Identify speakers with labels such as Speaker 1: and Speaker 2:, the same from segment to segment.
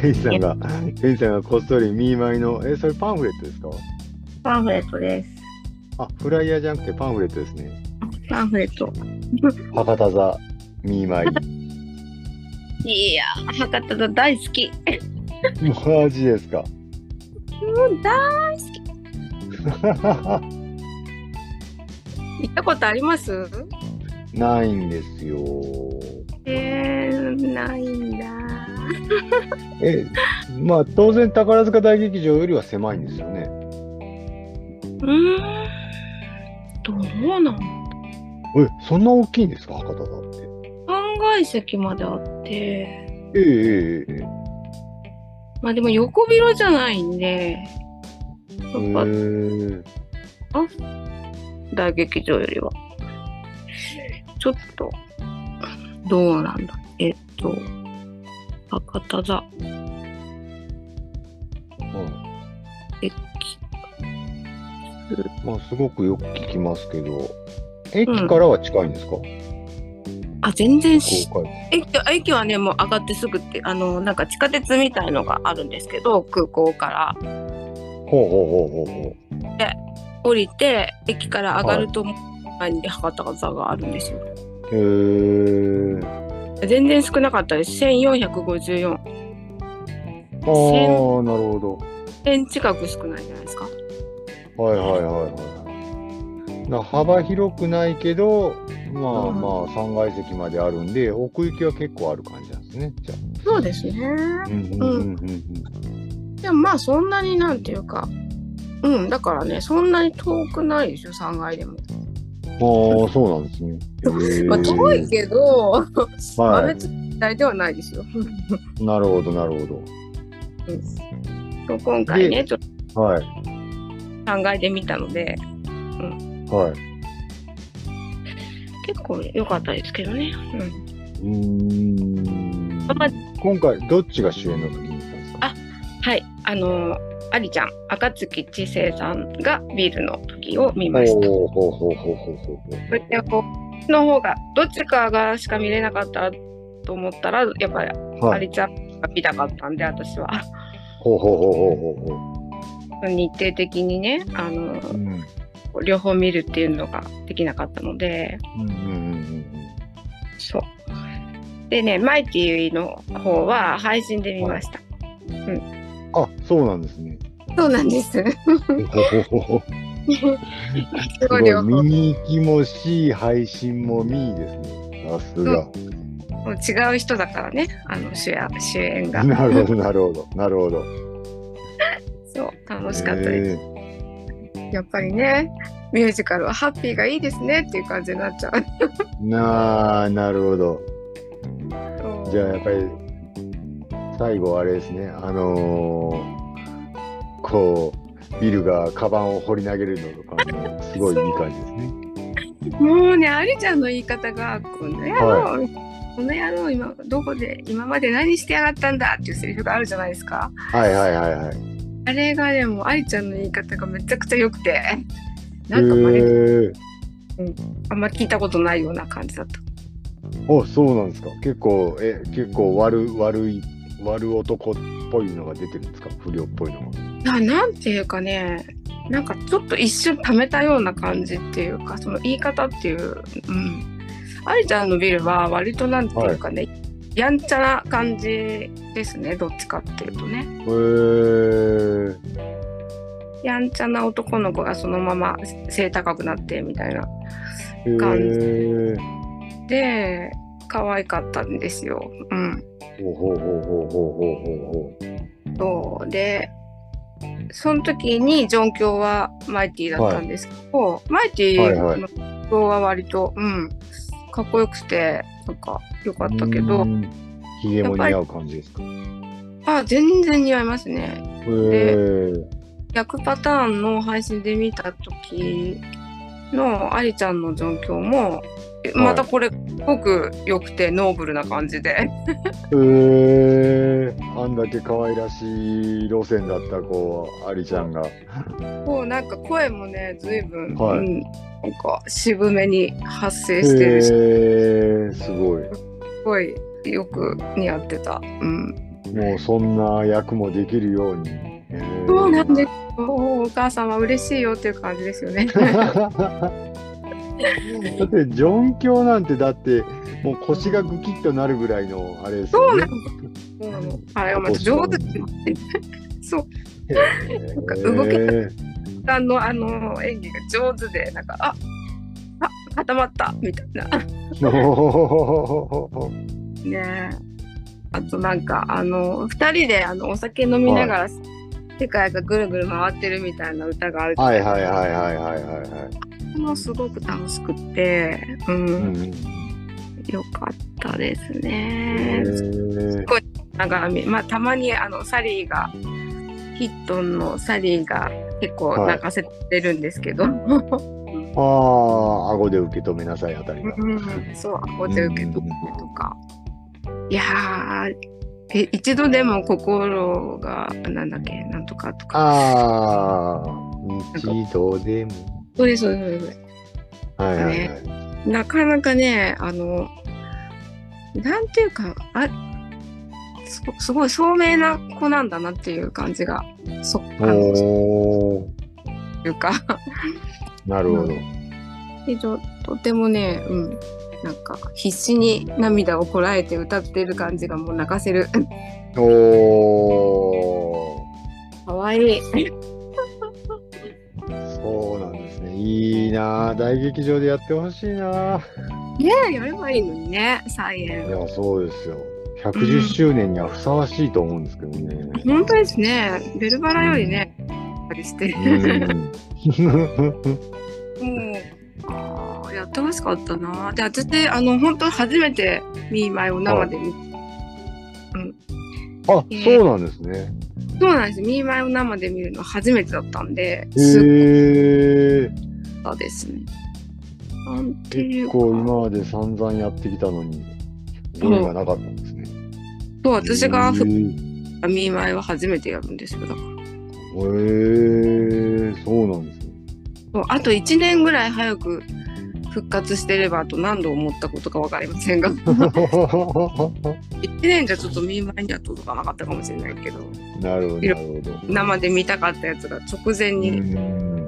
Speaker 1: ケイさんが、ケイさんがこっそりミーマイの、え、それパンフレットですか
Speaker 2: パンフレットです。
Speaker 1: あ、フライヤーじゃなくてパンフレットですね。
Speaker 2: パンフレット。
Speaker 1: 博多座、ミーマイ。
Speaker 2: いやー、博多だ大好き。
Speaker 1: マジですか。
Speaker 2: もう大好き。行ったことあります
Speaker 1: ないんですよ。
Speaker 2: えー、ないんだ。
Speaker 1: え、まあ当然宝塚大劇場よりは狭いんですよね。
Speaker 2: うーん。どうなん
Speaker 1: え、そんな大きいんですか、博多座って。
Speaker 2: 3階席まであって、
Speaker 1: ええええええ。
Speaker 2: まあでも横広じゃないんで、やっぱ
Speaker 1: え
Speaker 2: 大劇場よりは。ちょっと、どうなんだ。えっと、博多座。
Speaker 1: えは
Speaker 2: 駅
Speaker 1: い。まあすごくよく聞きますけど、駅からは近いんですか、
Speaker 2: あ全然し
Speaker 1: 公開。
Speaker 2: 駅駅はねもう上がってすぐってあのなんか地下鉄みたいのがあるんですけど空港から
Speaker 1: ほうほうほうほうほう。
Speaker 2: 降りて駅から上がると前に博多座があるんですよ
Speaker 1: へえ。
Speaker 2: 全然少なかったです1454
Speaker 1: ああ、なるほ
Speaker 2: 円近く少ないじゃないですか
Speaker 1: ど。はいはいはいはい。な幅広くないけど、まあまあ3階席まであるんで、奥行きは結構ある感じなんですね。じゃ
Speaker 2: そうですね
Speaker 1: あ。うんうんうんうんうん。
Speaker 2: でもまあそんなになんていうかうんだからねそんなに遠くないですよ3階でも、
Speaker 1: ああ、そうなんですね。へえ
Speaker 2: まあ、遠いけど、まあ
Speaker 1: は
Speaker 2: 別に嫌いではないですよ、
Speaker 1: い。なるほどなるほ
Speaker 2: そう今回ね
Speaker 1: で
Speaker 2: ちょっ
Speaker 1: ど。はい
Speaker 2: と3階で見たので
Speaker 1: はい。
Speaker 2: 結構良かったですけどね。うん、
Speaker 1: うーん
Speaker 2: あま
Speaker 1: 今回どっちが主演の時に行ったんですか
Speaker 2: はい、あのありちゃん、赤月知世さんがビールの時を見ました。こ
Speaker 1: おーほうほうほうほうほうほう
Speaker 2: うやってこうの方がどっちかがしか見れなかったと思ったらやっぱりあ
Speaker 1: はい
Speaker 2: りちゃんが見たかったんで私は
Speaker 1: ほうほうほうほうほうほ
Speaker 2: 日程的にねあの
Speaker 1: ううん
Speaker 2: 両方見るっていうのができなかったので
Speaker 1: うんうんうん
Speaker 2: そうでねマイティの方は配信で見ました。
Speaker 1: うんあそうなんです ね
Speaker 2: そうなんです。
Speaker 1: ほうほうほうほう
Speaker 2: すごい
Speaker 1: す
Speaker 2: 両
Speaker 1: ご
Speaker 2: 方
Speaker 1: い見に行きもし配信も見ですねさすが
Speaker 2: もう違う人だからねあの主演主演が。
Speaker 1: なるほどなるほどなるほど
Speaker 2: そう楽しかったです、
Speaker 1: へー
Speaker 2: やっぱりねミュージカルはハッピーがいいですねっていう感じになっちゃう
Speaker 1: なあなるほどじゃあやっぱり最後あれですねあのーこうビルがカバンを掘り投げるのとかもすごいいい感じです ね。
Speaker 2: もうねアリちゃんの言い方が「この野郎、
Speaker 1: は
Speaker 2: この野郎今どこで今まで何してやがったんだ」っていうセリフがあるじゃないですか
Speaker 1: はいはいはいはい。
Speaker 2: あれがねもうアリちゃんの言い方がめちゃくちゃ良くて
Speaker 1: え
Speaker 2: なんかまれ
Speaker 1: ー、
Speaker 2: あんま聞いたことないような感じだった
Speaker 1: あそうなんですか。結構え結構悪悪い悪男っぽいのが出てるんですか。不良っぽいのが。
Speaker 2: ななんていうかねなんかちょっと一瞬溜めたような感じっていうかその言い方っていううんアリちゃんのビルは割となんていうかね、やんちゃな感じですねどっちかっていうとね
Speaker 1: えー、
Speaker 2: やんちゃな男の子がそのまま背高くなってみたいな
Speaker 1: えー、
Speaker 2: で可愛かったんですようん
Speaker 1: ほうほうほうほうほうほうほうほう。
Speaker 2: そうでその時にジョン教はマイティだったんですけど、マイティの教は割と、うんかっこよくてなんか良かったけ
Speaker 1: う
Speaker 2: ど
Speaker 1: ん。ひげも似合う感じですか。
Speaker 2: あ全然似合いますね
Speaker 1: えー、
Speaker 2: 逆パターンの配信で見た時のアリちゃんのジョン教もまたこれすごく良くてノーブルな感じで、
Speaker 1: えー、あんだけ可愛らしい路線だったこうアリちゃんが
Speaker 2: こうなんか声もね随分、
Speaker 1: はい
Speaker 2: うん、なんか渋めに発
Speaker 1: え
Speaker 2: 声してるし、
Speaker 1: ー、すごい
Speaker 2: すごいよく似合ってた、うん、
Speaker 1: もうそんな役もできるように。えー
Speaker 2: そうなんですおお母さんは嬉しいよっていう感じですよね。
Speaker 1: だってジョン教なんてだってもう腰がグキッとなるぐらいのあれですよね。
Speaker 2: そうなのあれお前上手って言って。そうなんか動け
Speaker 1: へ
Speaker 2: さんのあの演技が上手でなんかああ固まったみたいな。
Speaker 1: ーお
Speaker 2: ねえあとなんかあの2人であのお酒飲みながら、世界がぐるぐる回ってるみたいな歌がある
Speaker 1: ーはいはいはいはいはいはいはい。
Speaker 2: い、もすごく楽しくって、うん
Speaker 1: うん
Speaker 2: よかったです
Speaker 1: へ
Speaker 2: ね。
Speaker 1: ー
Speaker 2: なんかみまあ、たまにあのサリーがヒットンのサリーが結構
Speaker 1: はい
Speaker 2: 泣かせてるんですけど、
Speaker 1: ああ顎で受け止めなさいあたりが。
Speaker 2: うんそうアホで受け取ってとか、いやーえ一度でも心がなんだっけなんとかとか
Speaker 1: ああ一度でも。
Speaker 2: そうですそうですそうです
Speaker 1: はいはいはい。
Speaker 2: なかなかね、あの、なんていうか、あすごすごい聡明な子なんだなっていう感じが、そあのそ
Speaker 1: おお
Speaker 2: ういうか、
Speaker 1: なるほど。
Speaker 2: 非常とてもね、うん、なんか必死に涙をこらえて歌ってる感じがもう泣かせる。
Speaker 1: おお。
Speaker 2: かわいい。
Speaker 1: そうなんですね。いいなあ大劇場でやってほしいなあ
Speaker 2: ねえ、やればいいのにね、再
Speaker 1: い
Speaker 2: 演。
Speaker 1: や、そうですよ。110周年にはふさわしいと思うんですけどね。
Speaker 2: 本当ですね、ベルバラよりね、やっぱりして、
Speaker 1: うん
Speaker 2: もう、あーやってほしかったな。で、私、あの、本当初めて、ミーマイを生で見て
Speaker 1: あ、そうなんですね。
Speaker 2: そうなんです。ミーマイを生で見るの初めてだったんで、すご
Speaker 1: へえ。
Speaker 2: かったですね。なんてい
Speaker 1: 結
Speaker 2: うか、
Speaker 1: 構今まで散々やってきたのに、ご縁がなかったんですね。
Speaker 2: そう私が
Speaker 1: へ
Speaker 2: 振
Speaker 1: え
Speaker 2: ったミーマイは初めてやるんですよ。だか
Speaker 1: へ
Speaker 2: ら
Speaker 1: え、そうなんですね。
Speaker 2: そうあと1年ぐらい早く復活してればと何度思ったことか分かりませ んが、1年じゃちょっとミーマイには届かなかったかもしれないけど、
Speaker 1: なるほど、なるほど。
Speaker 2: 生で見たかったやつが直前
Speaker 1: う
Speaker 2: に
Speaker 1: ん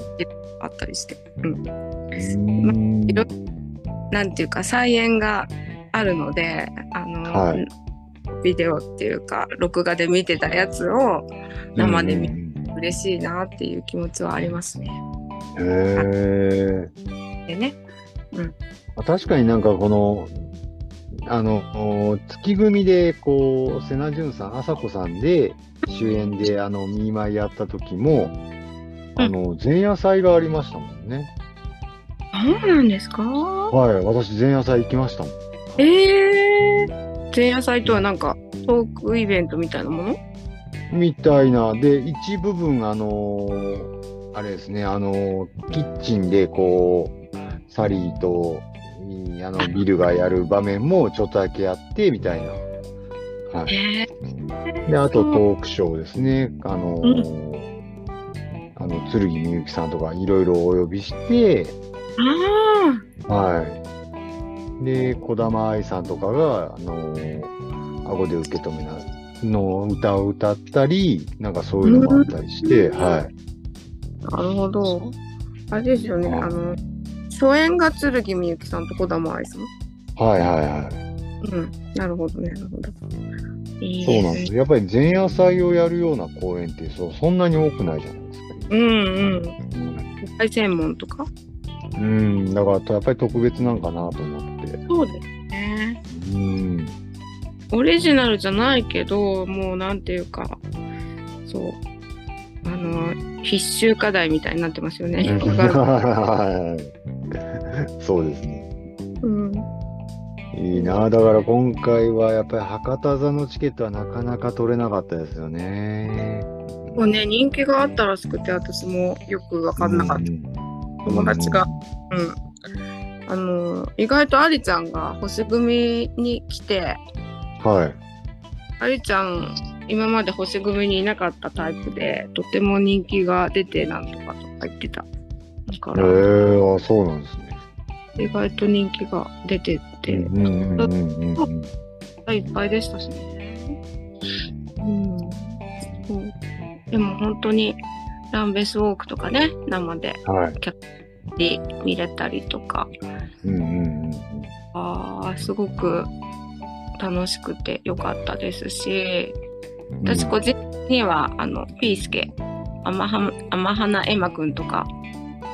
Speaker 2: あったりして、
Speaker 1: うん
Speaker 2: いろなんていうか、再演があるので、あの、
Speaker 1: はい
Speaker 2: ビデオっていうか、録画で見てたやつを生で見
Speaker 1: うん
Speaker 2: 嬉しいなっていう気持ちはありますね。
Speaker 1: へえ
Speaker 2: でね。
Speaker 1: 確かになんかこのあの月組でこう瀬名潤さん朝子さんで主演であの見舞いやった時も、あの前夜祭がありましたもんね
Speaker 2: そうなんですか
Speaker 1: はい私前夜祭行きましたもん
Speaker 2: ええー。前夜祭とはなんかトークイベントみたいなもの
Speaker 1: みたいなで一部分あのあれですねあのキッチンでこうサリーといあのビルがやる場面もちょっとだけやってみたいなはい
Speaker 2: ええ
Speaker 1: で、あと
Speaker 2: そう
Speaker 1: トークショーですね。あのーあの、剣みゆきさんとかいろいろお呼びして、
Speaker 2: あ
Speaker 1: はい。で、児玉愛さんとかが、あのー顎で受け止めな、の歌を歌ったり、なんかそういうのもあったりして、
Speaker 2: うん
Speaker 1: はい。
Speaker 2: あ。なるほど。あれですよね。
Speaker 1: うん
Speaker 2: あの、初演が剣みゆきさんと児玉愛さん。
Speaker 1: はいはいはい。
Speaker 2: うん。なるほどね。なるほど。いい
Speaker 1: そうなんで
Speaker 2: で
Speaker 1: すす
Speaker 2: ね。
Speaker 1: よ。やっぱり前夜祭をやるような公演ってそう、そんなに多くないじゃないですか。
Speaker 2: うんうん。大専門とか
Speaker 1: うん、だからやっぱり特別なんかなと思って。
Speaker 2: そうですね。
Speaker 1: うん。
Speaker 2: オリジナルじゃないけどもうなんていうかそうあの必修課題みたいになってますよね。わかる
Speaker 1: はい そうですね。
Speaker 2: うん、
Speaker 1: いいなあだから今回はやっぱり博多座のチケットはなかなか取れなかったですよね。
Speaker 2: もうね人気があったらしくて私もよく分かんなかった、
Speaker 1: た
Speaker 2: 友達が。うんあの意外とアリちゃんが星組に来て
Speaker 1: はい。
Speaker 2: アリちゃん今まで星組にいなかったタイプでとても人気が出てなんとかとか言ってただか
Speaker 1: え
Speaker 2: ら、
Speaker 1: ー、あそうなんですね。
Speaker 2: 意外と人気が出てて、
Speaker 1: うんうんうんうんうん
Speaker 2: いっぱいでしたしね。でも本当にランベースウォークとかね生で
Speaker 1: はい。
Speaker 2: で見れたりとか
Speaker 1: うんうんうん。
Speaker 2: あーすごく楽しくてよかったですし
Speaker 1: うん
Speaker 2: 私個人的にはあのピースケ天浜天花エマくんとか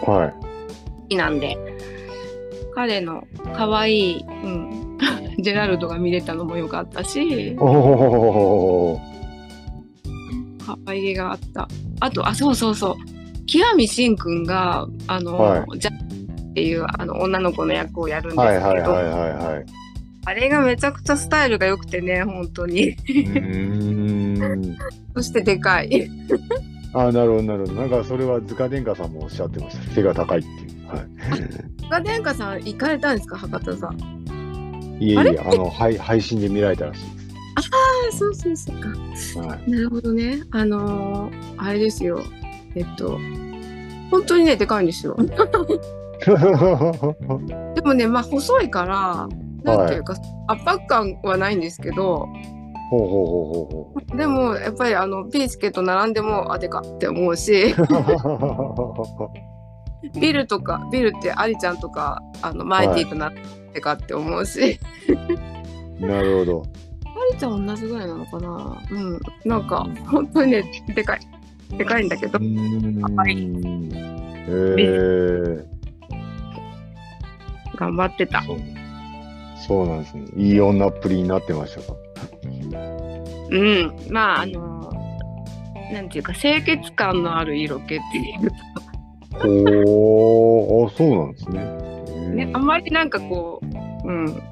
Speaker 1: はい。
Speaker 2: 好きなんで彼の可愛い、うん、 ジェラルドが見れたのも良かったし
Speaker 1: おお。
Speaker 2: 可愛げがあったあとあそうそうそう木上真くんがあの、
Speaker 1: は
Speaker 2: ジャッっていうあの女の子の役をやるんですけど、
Speaker 1: はいはいはいはいはい。
Speaker 2: あれがめちゃくちゃスタイルが良くてね本当に
Speaker 1: う ーん。
Speaker 2: そしてでかい
Speaker 1: ああ、なるほどなるほど。なんかそれは塚殿下さんもおっしゃってました。背が高いっていう。はい。
Speaker 2: が殿下さん行かれたんですか博多さん
Speaker 1: いえいえ、
Speaker 2: あ
Speaker 1: あ
Speaker 2: れ
Speaker 1: の、はい、配信で見られたらしい
Speaker 2: あそうそうそうか
Speaker 1: です。 はい。
Speaker 2: なるほどねあのーあれですよえっと本当にねでかいんですよでもね、まあ、細いから、なんていうか、圧迫感はないんですけど、
Speaker 1: ほうほうほうほ
Speaker 2: でも、やっぱり、あの、ピーチケと並んでも、あ、でかって思う し、
Speaker 1: うほ
Speaker 2: ビルとか、ビルって、アリちゃんとか、あの、マイティとなってかって思うし、
Speaker 1: う。なるほど。
Speaker 2: アリちゃん同じぐらいなのかなうん。なんか、本当にね、でかい。でかいんだけど
Speaker 1: う、ーん
Speaker 2: はい
Speaker 1: えー、
Speaker 2: 頑張ってた。
Speaker 1: そうそうなんですね。いい女っぷりになってましたか。
Speaker 2: うん。まあ、あの、なんていうか、清潔感のある色気っていうか
Speaker 1: おー、あ、そうなんですね。
Speaker 2: ね、あんまりなんかこう、うん、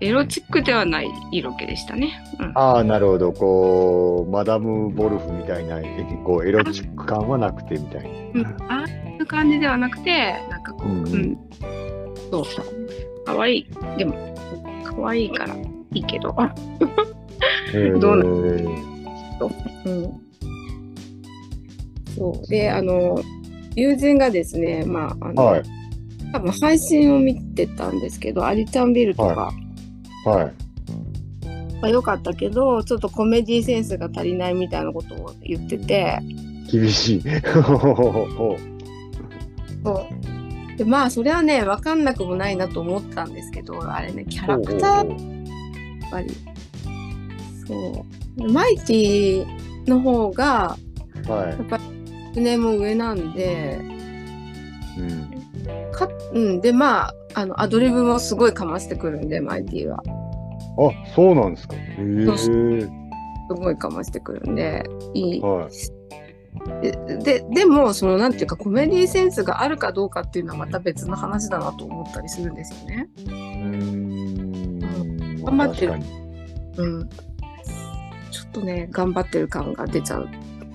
Speaker 2: エロチックではない色気でしたね。うん、
Speaker 1: ああ、なるほど。こう、マダム・ボルフみたいな、こう、エロチック感はなくてみたいな。
Speaker 2: うんああいう感じではなくて、なんかこう、う
Speaker 1: うんん
Speaker 2: そうかわいい、でも、かわいいからいいけど、どうなうん、そうで、あの、友人がですね、まあ、あの
Speaker 1: はい、
Speaker 2: 多分配信を見てたんですけど、アリちゃんビルとか
Speaker 1: はい。
Speaker 2: が良かったけど、ちょっとコメディセンスが足りないみたいなことを言ってて、
Speaker 1: 厳しい。は
Speaker 2: そうでまあそれはね分かんなくもないなと思ったんですけどあれねキャラクターやっぱりそうでマイティの方が
Speaker 1: は
Speaker 2: 年も上なんで
Speaker 1: い。うん。
Speaker 2: かうんでまああのアドリブもすごいかましてくるんでマイティ
Speaker 1: あ、
Speaker 2: は
Speaker 1: そうなんですか。へ
Speaker 2: そ
Speaker 1: え。
Speaker 2: すごいかましてくるんでいい
Speaker 1: はい。
Speaker 2: でででもそのなんていうかコメディセンスがあるかどうかっていうのはまた別の話だなと思ったりするんですよね。
Speaker 1: うーん。
Speaker 2: 頑張ってる
Speaker 1: 確かに
Speaker 2: うん、ちょっとね頑張ってる感が出ちゃう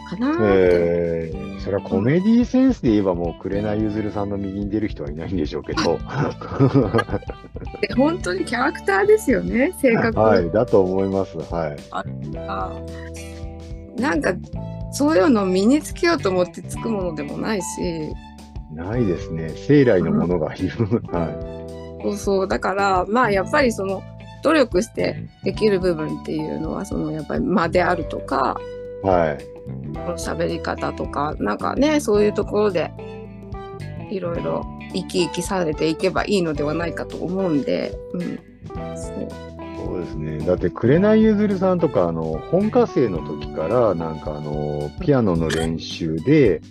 Speaker 2: かなーって
Speaker 1: えー、それはコメディセンスで言えばもう紅ゆずるさんの右に出る人はいないんでしょうけ ど
Speaker 2: で本当にキャラクターですよね性格が、
Speaker 1: はいだと思いますはい
Speaker 2: なんかそういうのを身につけようと思ってつくものでもないし
Speaker 1: ないですね生来のものがいる、は
Speaker 2: そうそうだからまあやっぱりその努力してできる部分っていうのはそのやっぱり間であるとか
Speaker 1: いはい
Speaker 2: 喋り方とかなんかねそういうところでいろいろ生き生きされていけばいいのではないかと思うんで、うん、そう
Speaker 1: そうですねだって紅ゆずるさんとかあの本科生の時からなんかあのピアノの練習で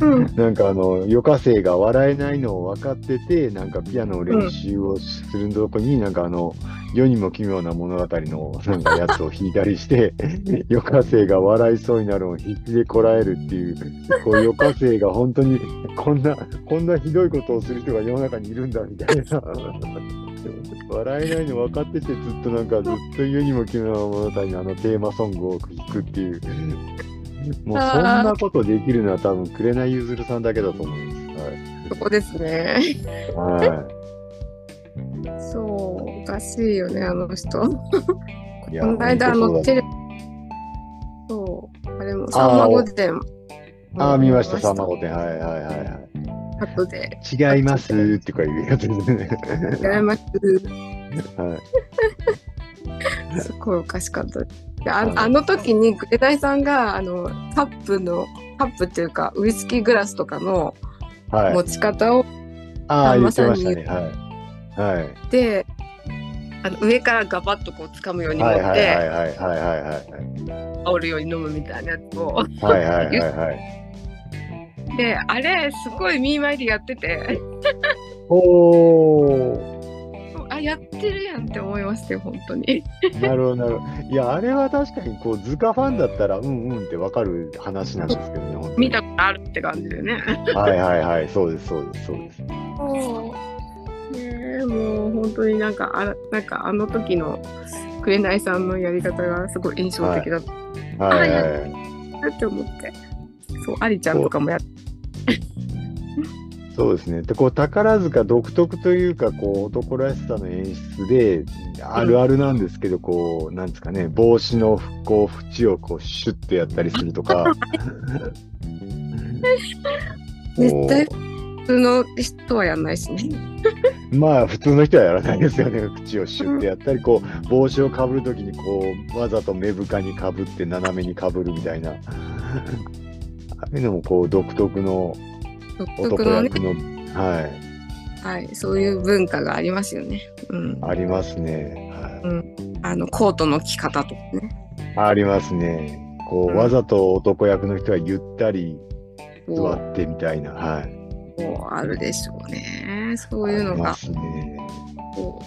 Speaker 2: う ん
Speaker 1: なんかあの余暇生が笑えないのを分かっててなんかピアノを練習をするとこに、なんかあの世にも奇妙な物語のなんかやつを弾いたりして 余暇生が笑いそうになるのを必死でこらえるっていうこう余暇生が本当にこんなこんなひどいことをする人が世の中にいるんだみたいな。 笑えないの分かっててずっとなんかずっと世にも奇妙な物語のあのテーマソングを弾くっていうもうそんなことできるのは多分紅ゆずるさんだけだと思います。
Speaker 2: そこですね。
Speaker 1: はい。は
Speaker 2: そう、おかしいよね、あの人。こ
Speaker 1: いや
Speaker 2: の間、あ
Speaker 1: 本
Speaker 2: の、
Speaker 1: 当そうだね
Speaker 2: テレビ。そう、あれも、
Speaker 1: ー
Speaker 2: さんま御殿。
Speaker 1: い、ああ、見ました、さんま御殿。はいはいはいは
Speaker 2: あとで、
Speaker 1: い。違いますーってこういうやつですね。
Speaker 2: やられます。
Speaker 1: は
Speaker 2: すっごいおかしかった。でああの時にグレナイさんがあのカップのカップっていうかウイスキーグラスとかの
Speaker 1: は
Speaker 2: 持
Speaker 1: い。
Speaker 2: ち方を
Speaker 1: ああ、
Speaker 2: 旦
Speaker 1: 言
Speaker 2: 那
Speaker 1: って
Speaker 2: さん
Speaker 1: ま
Speaker 2: に
Speaker 1: したね。はい。はい。
Speaker 2: で、あの上からガバッとこう掴むように持っ
Speaker 1: はいはいは
Speaker 2: て
Speaker 1: いはいはいはいはい
Speaker 2: 煽るように飲むみたいなやつを
Speaker 1: はいはいはいはい。
Speaker 2: であれすごいミーマイでやってて
Speaker 1: おー
Speaker 2: あやってるやんって思いましたよ本当に
Speaker 1: なるほどなるほど。いやあれは確かにこう図鑑ファンだったらうんうんってわかる話なんですけどね。本当に
Speaker 2: 見たことあるって感じでね
Speaker 1: はいはいはいそうですそうですそうです。
Speaker 2: ねえもう本当になんかあなんかあの時の紅さんのやり方がすごい印象的だった
Speaker 1: はいはい。
Speaker 2: なって思って、そうありちゃんとかもやっ
Speaker 1: そうですね。で、こう宝塚独特というか、こう男らしさの演出で、あるあるなんですけど、こうなんですかね、帽子のこう縁をこうシュッてやったりするとか。
Speaker 2: 絶対
Speaker 1: こ
Speaker 2: 普通の人はやんないしね
Speaker 1: うまあ普通の人はやらないですよね。口をシュッてやったり、こう帽子をかぶるときにこうわざと目深にかぶって斜めにかぶるみたいな。ああいうのもこう独特の
Speaker 2: 独特
Speaker 1: 男
Speaker 2: のね、
Speaker 1: 役の、はい。
Speaker 2: はい、そういう文化がありますよね、うん、
Speaker 1: ありますね。はい
Speaker 2: あのコートの着方とかね
Speaker 1: ありますね。こう、
Speaker 2: うん
Speaker 1: わざと男役の人がゆったり座
Speaker 2: こ
Speaker 1: ってみたいな、はい。
Speaker 2: うこうあるでしょうねそう
Speaker 1: こ
Speaker 2: いうの
Speaker 1: ありま
Speaker 2: が
Speaker 1: すね。
Speaker 2: こ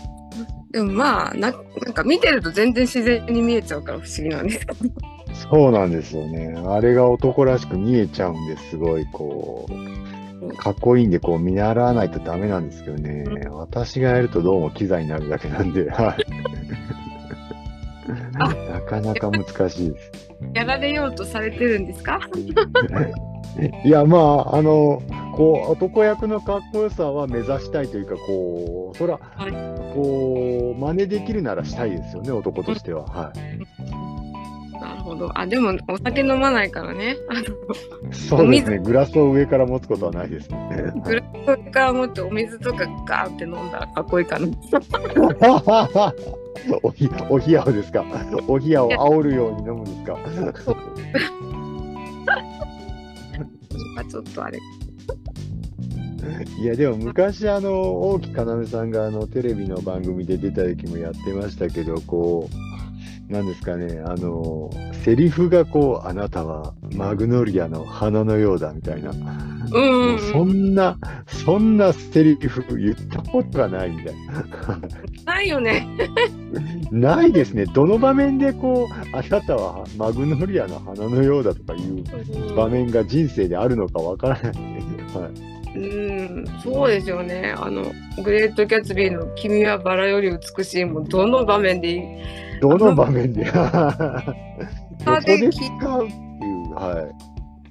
Speaker 2: うでもまあななんか見てると全然自然に見えちゃうから不思議なんですけ ど
Speaker 1: そうなんですよね。あれが男らしく見えちゃうんですごいこうかっこいいんでこう見習わないとダメなんですけどね。私がやるとどうも機材になるだけなんで、はい。なかなか難しいです。
Speaker 2: やられようとされてるんですか
Speaker 1: いやまああのこう男役のかっこよさは目指したいというかこうそら、
Speaker 2: い
Speaker 1: こう真似できるならしたいですよね男としては、はい
Speaker 2: なるほどあでもお酒飲まないからねあの
Speaker 1: そうですねグラスを上から持つことはないですもんね
Speaker 2: グラスから持ってお水とかガーって飲んだらかっこいいかな
Speaker 1: おひおひやをですかおひやを煽るように飲むんですか
Speaker 2: ちょっとあれ
Speaker 1: いやでも昔あの大木かなめさんがあのテレビの番組で出た時もやってましたけどこうなんですかねあのセリフがこう「あなたはマグノリアの花のようだ」みたいな、
Speaker 2: うんうんうん
Speaker 1: そんなそんなセリフ言ったことがないみたいな
Speaker 2: ないよね
Speaker 1: ないですねどの場面でこう「あなたはマグノリアの花のようだ」とかいう場面が人生であるのかわからない、はい
Speaker 2: うんそうですよねあのグレート・キャツビーの「君はバラより美しい」もどの場面でいい
Speaker 1: どの場面で どこで使うっていう、は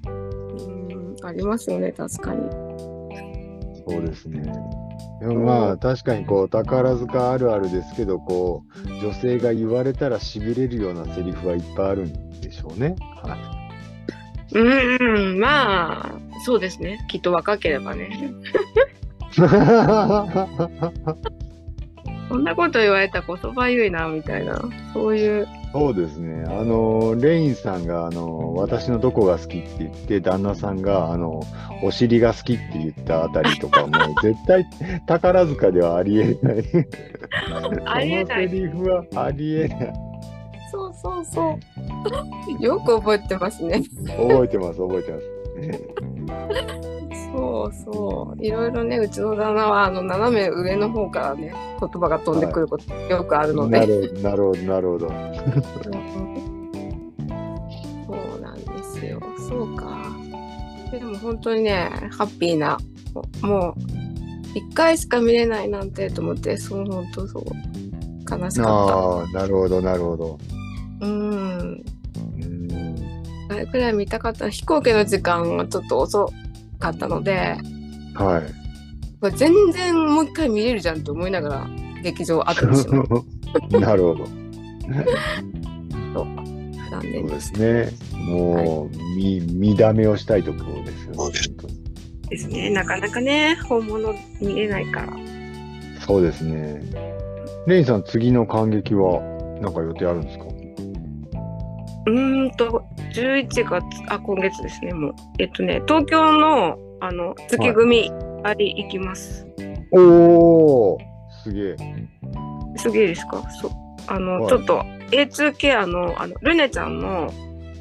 Speaker 2: うんありますよね確かに
Speaker 1: い、そうですね。でもまあ確かにこう宝塚あるあるですけどこう女性が言われたらしびれるようなセリフはいっぱいあるんでしょうね。 は
Speaker 2: うんうんまあそうですねきっと若ければね
Speaker 1: い、
Speaker 2: そんなこと言われたらこそばゆいなみたいなそういう
Speaker 1: そうですね。あのレインさんがあの私のどこが好きって言って旦那さんがあのお尻が好きって言ったあたりとかも絶対宝塚ではありえない。
Speaker 2: ありえな
Speaker 1: こ
Speaker 2: い
Speaker 1: のセリフはありえない。
Speaker 2: そうそうそうよく覚えてますね
Speaker 1: 覚えてます、覚えて ます。
Speaker 2: そうそういろいろねうちの旦那はあの斜め上の方からね言葉が飛んでくることよくあるので、
Speaker 1: なるほど、なるほど、なるほど。
Speaker 2: そうなんですよそうかでも本当にねハッピーなもうもう1回しか見れないなんてと思ってそう本当そう悲しかっ
Speaker 1: ああ、なるほど、なるほど。
Speaker 2: たうん
Speaker 1: うー
Speaker 2: あれくらい見たかった飛行機の時間はちょっと遅かったので
Speaker 1: んはい。
Speaker 2: これ全然もう一回見れるじゃんって思いながら劇場後にしまっ
Speaker 1: なるほど。
Speaker 2: たんで
Speaker 1: そうですね。もう、み、見だめをしたいところですよね。
Speaker 2: そう
Speaker 1: 本
Speaker 2: です
Speaker 1: 当に
Speaker 2: ですねなかなかね本物見れないから
Speaker 1: そうですね。レインさん、次の感激は、なんか予定あるんですか。
Speaker 2: うーんと11月あ今月ですねもうえっとね東京のあの月組あり行きます、
Speaker 1: おおすげえ。
Speaker 2: すげえですかそうあの、
Speaker 1: はい
Speaker 2: ちょっと A2 ケアのあのルネちゃんの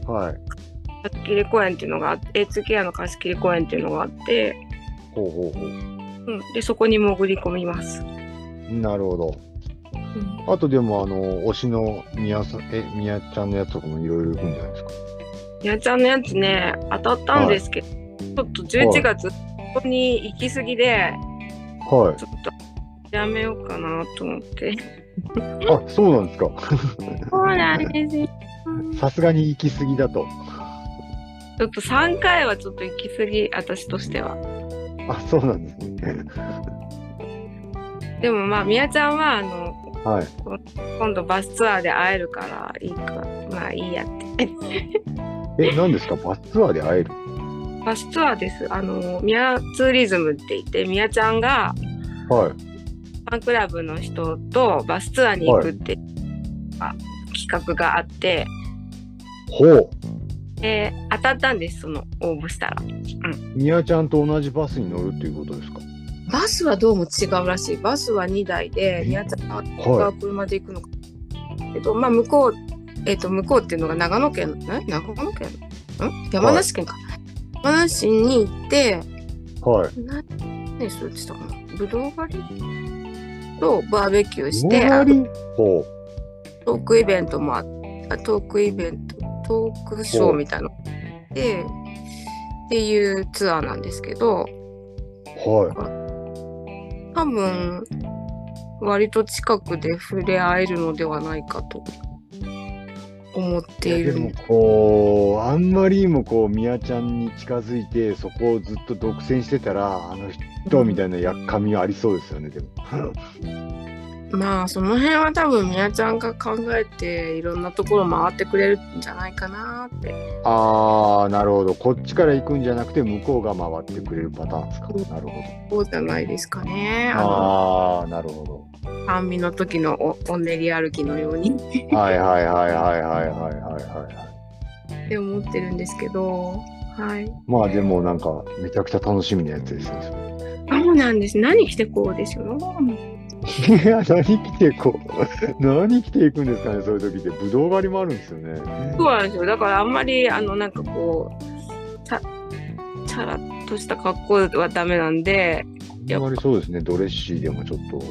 Speaker 1: はい。
Speaker 2: 貸し切り公演っていうのがあって A2 ケアの貸し切り公演っていうのがあって、
Speaker 1: ほうほうほう。
Speaker 2: うん、でそこに潜り込みます、
Speaker 1: なるほど。あとでも、あの、推しの宮さん、え、宮ちゃんのやつとかもいろいろ行くんじゃないですか。
Speaker 2: みやちゃんのやつね当たったんですけど、ちょっと11月ここに行き過ぎで
Speaker 1: はい。
Speaker 2: ちょっとやめようかなと思って
Speaker 1: あ、そうなんですか。
Speaker 2: そうなんですよ
Speaker 1: さすがに行き過ぎだと。
Speaker 2: ちょっと3回はちょっと行き過ぎ私としては
Speaker 1: あ、そうなんですね。
Speaker 2: でもまあみやちゃんはあの
Speaker 1: はい。
Speaker 2: 今度バスツアーで会えるからいいかまあいいやって
Speaker 1: え、何ですかバスツアーで会える
Speaker 2: バスツアーですあのミヤツーリズムって言ってみやちゃんが
Speaker 1: はい。
Speaker 2: ファンクラブの人とバスツアーに行くって、あ企画があって
Speaker 1: ほう。
Speaker 2: で当たったんですその応募したら
Speaker 1: 宮ちゃんと同じバスに乗るっていうことですか
Speaker 2: バスはどうも違うらしいバスは2台で
Speaker 1: え
Speaker 2: みやちゃんが
Speaker 1: は
Speaker 2: 車で行くのか、えっとまあ向こうえっと向こうっていうのが長野県え長野県ん山梨県か、山梨に行って
Speaker 1: い。はい。
Speaker 2: な何するって言ったかなぶどう狩りとバーベキューし
Speaker 1: 乗
Speaker 2: て
Speaker 1: り
Speaker 2: あ
Speaker 1: 割
Speaker 2: と
Speaker 1: りほ
Speaker 2: トークイベントもああトークイベントトークショーみたいなのでっていうツアーなんですけど
Speaker 1: う。はい。
Speaker 2: 多分割と近くで触れ合えるのではないかと思っ
Speaker 1: い
Speaker 2: て
Speaker 1: や
Speaker 2: い
Speaker 1: で
Speaker 2: る
Speaker 1: もこうあんまりにもこう宮ちゃんに近づいてそこをずっと独占してたらあの人みたいなやっかみはありそうですよねでも
Speaker 2: まあその辺は多分みやちゃんが考えていろんなところ回ってくれるんじゃないかなって
Speaker 1: ああなるほどこっちから行くんじゃなくて向こうが回ってくれるパターンですか、
Speaker 2: うん
Speaker 1: なるほ
Speaker 2: そうじゃないですかね
Speaker 1: ど
Speaker 2: あの
Speaker 1: ああーなるほ
Speaker 2: 半身の時のおおねり歩きのようにっ
Speaker 1: どはいはいはいはいはいはいはいはい
Speaker 2: て思ってるんですけどはい
Speaker 1: まあでもなんかめちゃくちゃ楽しみなやつですねそ
Speaker 2: そうなんです何着てこうですよ
Speaker 1: れいや 何着てこう何着ていくんですかねそういう時ってぶどう狩りもあるんですよね
Speaker 2: そうなんですよだからあんまりあのなんかこうさチャラっとした格好はダメなんで
Speaker 1: あんまりそうですねドレッシーでもちょっと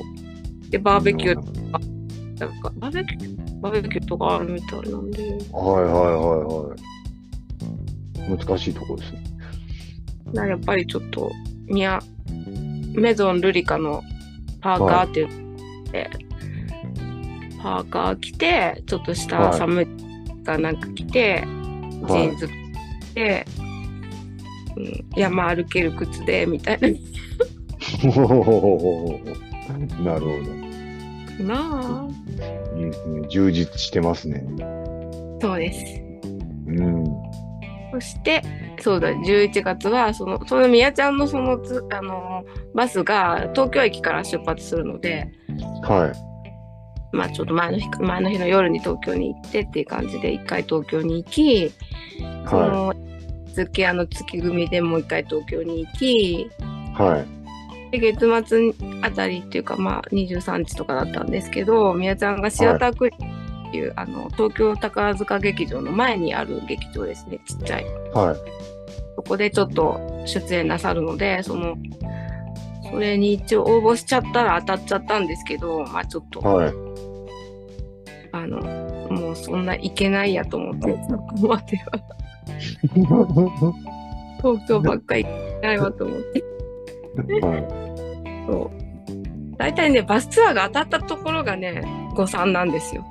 Speaker 2: でバーベキュ
Speaker 1: ー
Speaker 2: ーなんかバーベキューバーベキューとかあるみたいなんで
Speaker 1: はいはいはいはい。難しいところです ね。
Speaker 2: なやっぱりちょっとニャメゾンルリカのパーカーっていうので、パーカー着てちょっと
Speaker 1: は
Speaker 2: 下
Speaker 1: い
Speaker 2: 寒いかなんか着て、
Speaker 1: はい
Speaker 2: ジーンズ着て、うん、山歩ける靴でみたい
Speaker 1: なるほ
Speaker 2: ななあ
Speaker 1: ど。いいですね。充実してますね。
Speaker 2: そうです
Speaker 1: うん。
Speaker 2: そしてそうだ11月はそのそのみやちゃんのそのつあのバスが東京駅から出発するので
Speaker 1: はい。
Speaker 2: まあちょっと前の日前の日の夜に東京に行ってっていう感じで一回東京に行き、そ
Speaker 1: は
Speaker 2: の月あの月組でもう一回東京に行き
Speaker 1: い。はい。
Speaker 2: で月末あたりっていうかまあ23日とかだったんですけど宮ちゃんがシアタークリっていう、あの東京宝塚劇場の前にある劇場ですねちっちゃい
Speaker 1: はい。
Speaker 2: そこでちょっと出演なさるのでそのそれに一応応募しちゃったら当たっちゃったんですけどまあちょっと、
Speaker 1: はい。
Speaker 2: あのもうそんないけないやと思ってそこまでは東京ばっかり行けないわと思って。
Speaker 1: はい、
Speaker 2: そう大体ねバスツアーが当たったところがね誤算なんですよ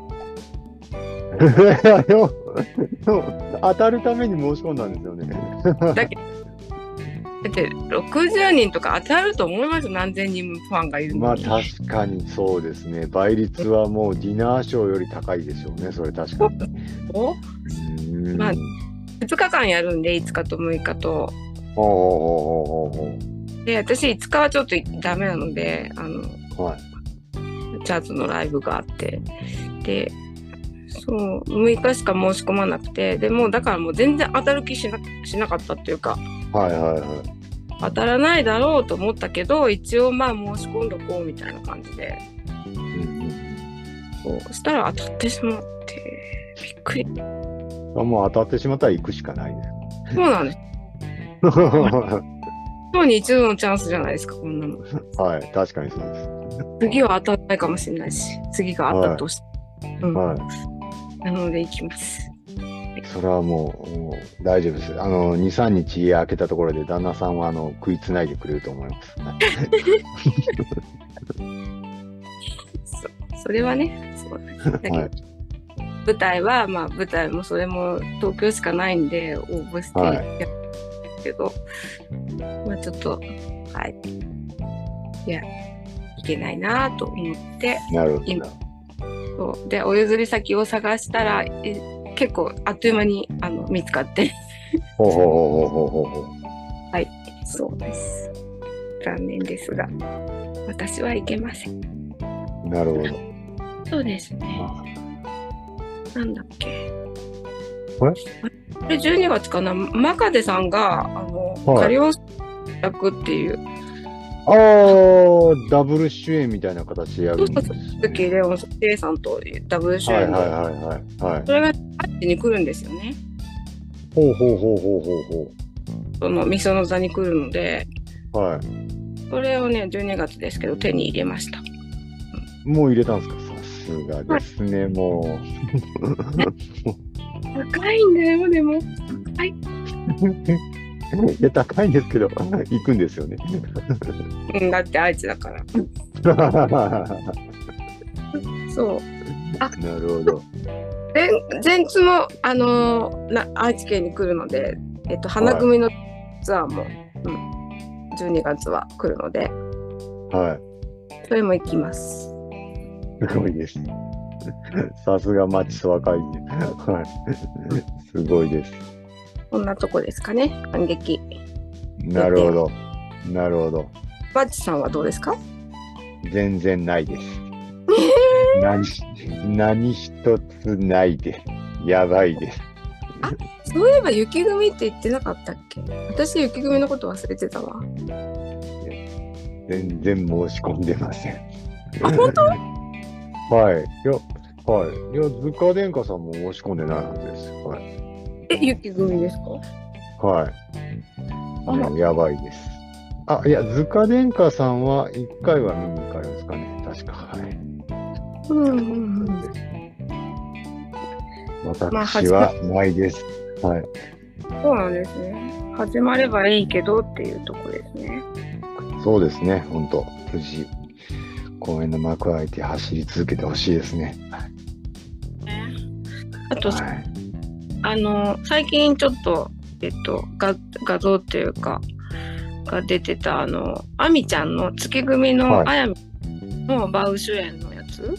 Speaker 1: でもでも当たるために申し込んだんですよね。
Speaker 2: だって60人とか当たると思いますよ何千人もファンがいる
Speaker 1: ま
Speaker 2: の
Speaker 1: あ
Speaker 2: に、
Speaker 1: 確かにそうですね。倍率はもうディナーショーより高いでしょうね。それ確かに。
Speaker 2: お
Speaker 1: うん
Speaker 2: まあ2日間やるんで5日と6日と
Speaker 1: ほうほうほうほうほ
Speaker 2: で私5日はちょっとダメなのであの
Speaker 1: うほう。はい。
Speaker 2: ジャズのライブがあってでそう6日しか申し込まなくてでもうだからもう全然当たる気しなしなかったっていうか
Speaker 1: はいはいはい。
Speaker 2: 当たらないだろうと思ったけど一応まあ申し込んどこうみたいな感じで
Speaker 1: うん
Speaker 2: そうしたら当たってしまってびっくり
Speaker 1: うん、あもう当たってしまったら行くしかないね。
Speaker 2: そうなんです
Speaker 1: は
Speaker 2: 今日に一度のチャンスじゃないですかこんなの
Speaker 1: い、確かにそうです。
Speaker 2: 次は当たらないかもしれないし次が当たるとして、うん
Speaker 1: は
Speaker 2: なので行きます
Speaker 1: い、それはもうもう大丈夫です。あの二三日家開けたところで旦那さんはあの食いつないでくれると思います。はい
Speaker 2: そそれはね そうだけど、
Speaker 1: はい
Speaker 2: 舞台はまあ舞台もそれも東京しかないんで応募して
Speaker 1: は
Speaker 2: や
Speaker 1: い
Speaker 2: ったけど、まあちょっとはいいやいけないなと思って
Speaker 1: なるほ
Speaker 2: 今
Speaker 1: ど。
Speaker 2: そうでお譲り先を探したらえ結構あっという間にあの見つかって
Speaker 1: ほうほうほうほうほうほう。
Speaker 2: そうです残念ですが私はいけません
Speaker 1: なるほど。
Speaker 2: そうですね
Speaker 1: あ
Speaker 2: なんだっけこれ12月かな真壁さんがあの、
Speaker 1: はい
Speaker 2: カリオス役っていう
Speaker 1: あー、ダブル主演みたいな形でやるんです、
Speaker 2: 鈴木レオンイさんとダブル主
Speaker 1: はいは
Speaker 2: 演
Speaker 1: い
Speaker 2: の、
Speaker 1: はいはい。はい、
Speaker 2: それがあっちに来るんですよね
Speaker 1: ほうほうほうほうほうほ
Speaker 2: そのみその座に来るので
Speaker 1: う。はい。
Speaker 2: それをね12月ですけど手に入れました
Speaker 1: もう入れたんですかさすがですね、も。
Speaker 2: 高いんだよでも高いう
Speaker 1: いや、高いんですけど、行くんです よね。
Speaker 2: うんだって愛知だから
Speaker 1: な
Speaker 2: そう
Speaker 1: るほど。
Speaker 2: 前前日もあのーな愛知県に来るので、えっと、花組のツアーも、うん、12月は来るので
Speaker 1: はい。
Speaker 2: それも行きます
Speaker 1: すごいです。さすがマチソワ会議。はい。すごいです。
Speaker 2: こんなとこですかね感激
Speaker 1: なるほど。なるほど。
Speaker 2: バッチさんはどうですか
Speaker 1: 全然ないです。何何一つないです。やばいです。
Speaker 2: そういえば雪組って言ってなかったっけ私雪組のこと忘れてたわ
Speaker 1: 全然申し込んでません。
Speaker 2: あ本
Speaker 1: 当はい。いや、はい。いや、ズカ殿下さんも申し込んでないはずです。はい。
Speaker 2: え雪組ですか
Speaker 1: はい。
Speaker 2: あら
Speaker 1: もうやばいです。あ、いや、ズカ殿下さんは一回は見に行かれますかね。確か。はい。
Speaker 2: うんうんうんまあ
Speaker 1: 私はないです。はい。
Speaker 2: そうなんですね始まればいいけどっていうとこですね
Speaker 1: そうですね、本当、無事、公園の幕開いて走り続けてほしいですね。
Speaker 2: あと
Speaker 1: はい、
Speaker 2: あの最近ちょっと、えっと、画画像っていうかが出てたあのあみちゃんの月組
Speaker 1: は
Speaker 2: の
Speaker 1: い
Speaker 2: あやみのバウ主演のやつ、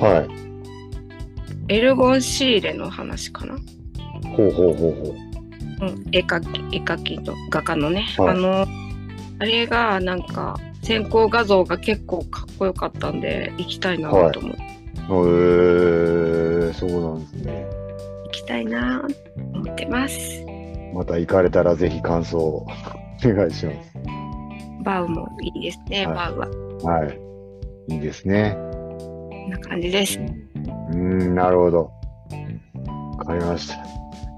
Speaker 1: はい、
Speaker 2: エルゴン仕入れの話かな、
Speaker 1: ほうほうほうほ
Speaker 2: うん、絵描き絵描きの画家のね、
Speaker 1: はい
Speaker 2: あのあれがなんか先行画像が結構かっこよかったんで行きたいなと思って、
Speaker 1: う。へえー、そうなんですね。
Speaker 2: 行きたいなと思ってます
Speaker 1: また行かれたらぜひ感想をお願いしま
Speaker 2: バウもいいですね、
Speaker 1: はい
Speaker 2: バウは
Speaker 1: す。はい、いいですね。
Speaker 2: こんな感じです
Speaker 1: うーん、なるほど。わかりました。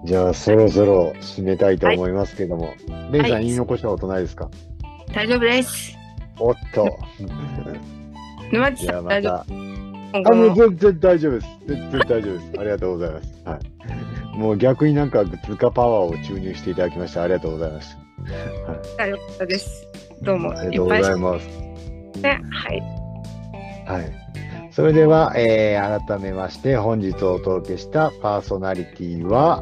Speaker 1: じゃあ、そろそろ締めたいと思いますけども、レイさん、
Speaker 2: はい
Speaker 1: 言い残したことないですか
Speaker 2: 大丈夫です
Speaker 1: おっと。
Speaker 2: 沼
Speaker 1: い
Speaker 2: 地さ
Speaker 1: や、
Speaker 2: ん
Speaker 1: ま
Speaker 2: 大丈夫
Speaker 1: た。あ
Speaker 2: 今後
Speaker 1: も
Speaker 2: も
Speaker 1: う全然大丈夫です。全然大丈夫です。ありがとうございます。はい。もう逆になんか通貨パワーを注入していただきました。ありがとうございまし
Speaker 2: あよかったです。どうも
Speaker 1: た。ありが
Speaker 2: い
Speaker 1: とう
Speaker 2: っ
Speaker 1: ご
Speaker 2: ぱい
Speaker 1: ざ
Speaker 2: し
Speaker 1: います。
Speaker 2: て、はい、
Speaker 1: はい。それでは、えー改めまして本日お届けしたパーソナリティは、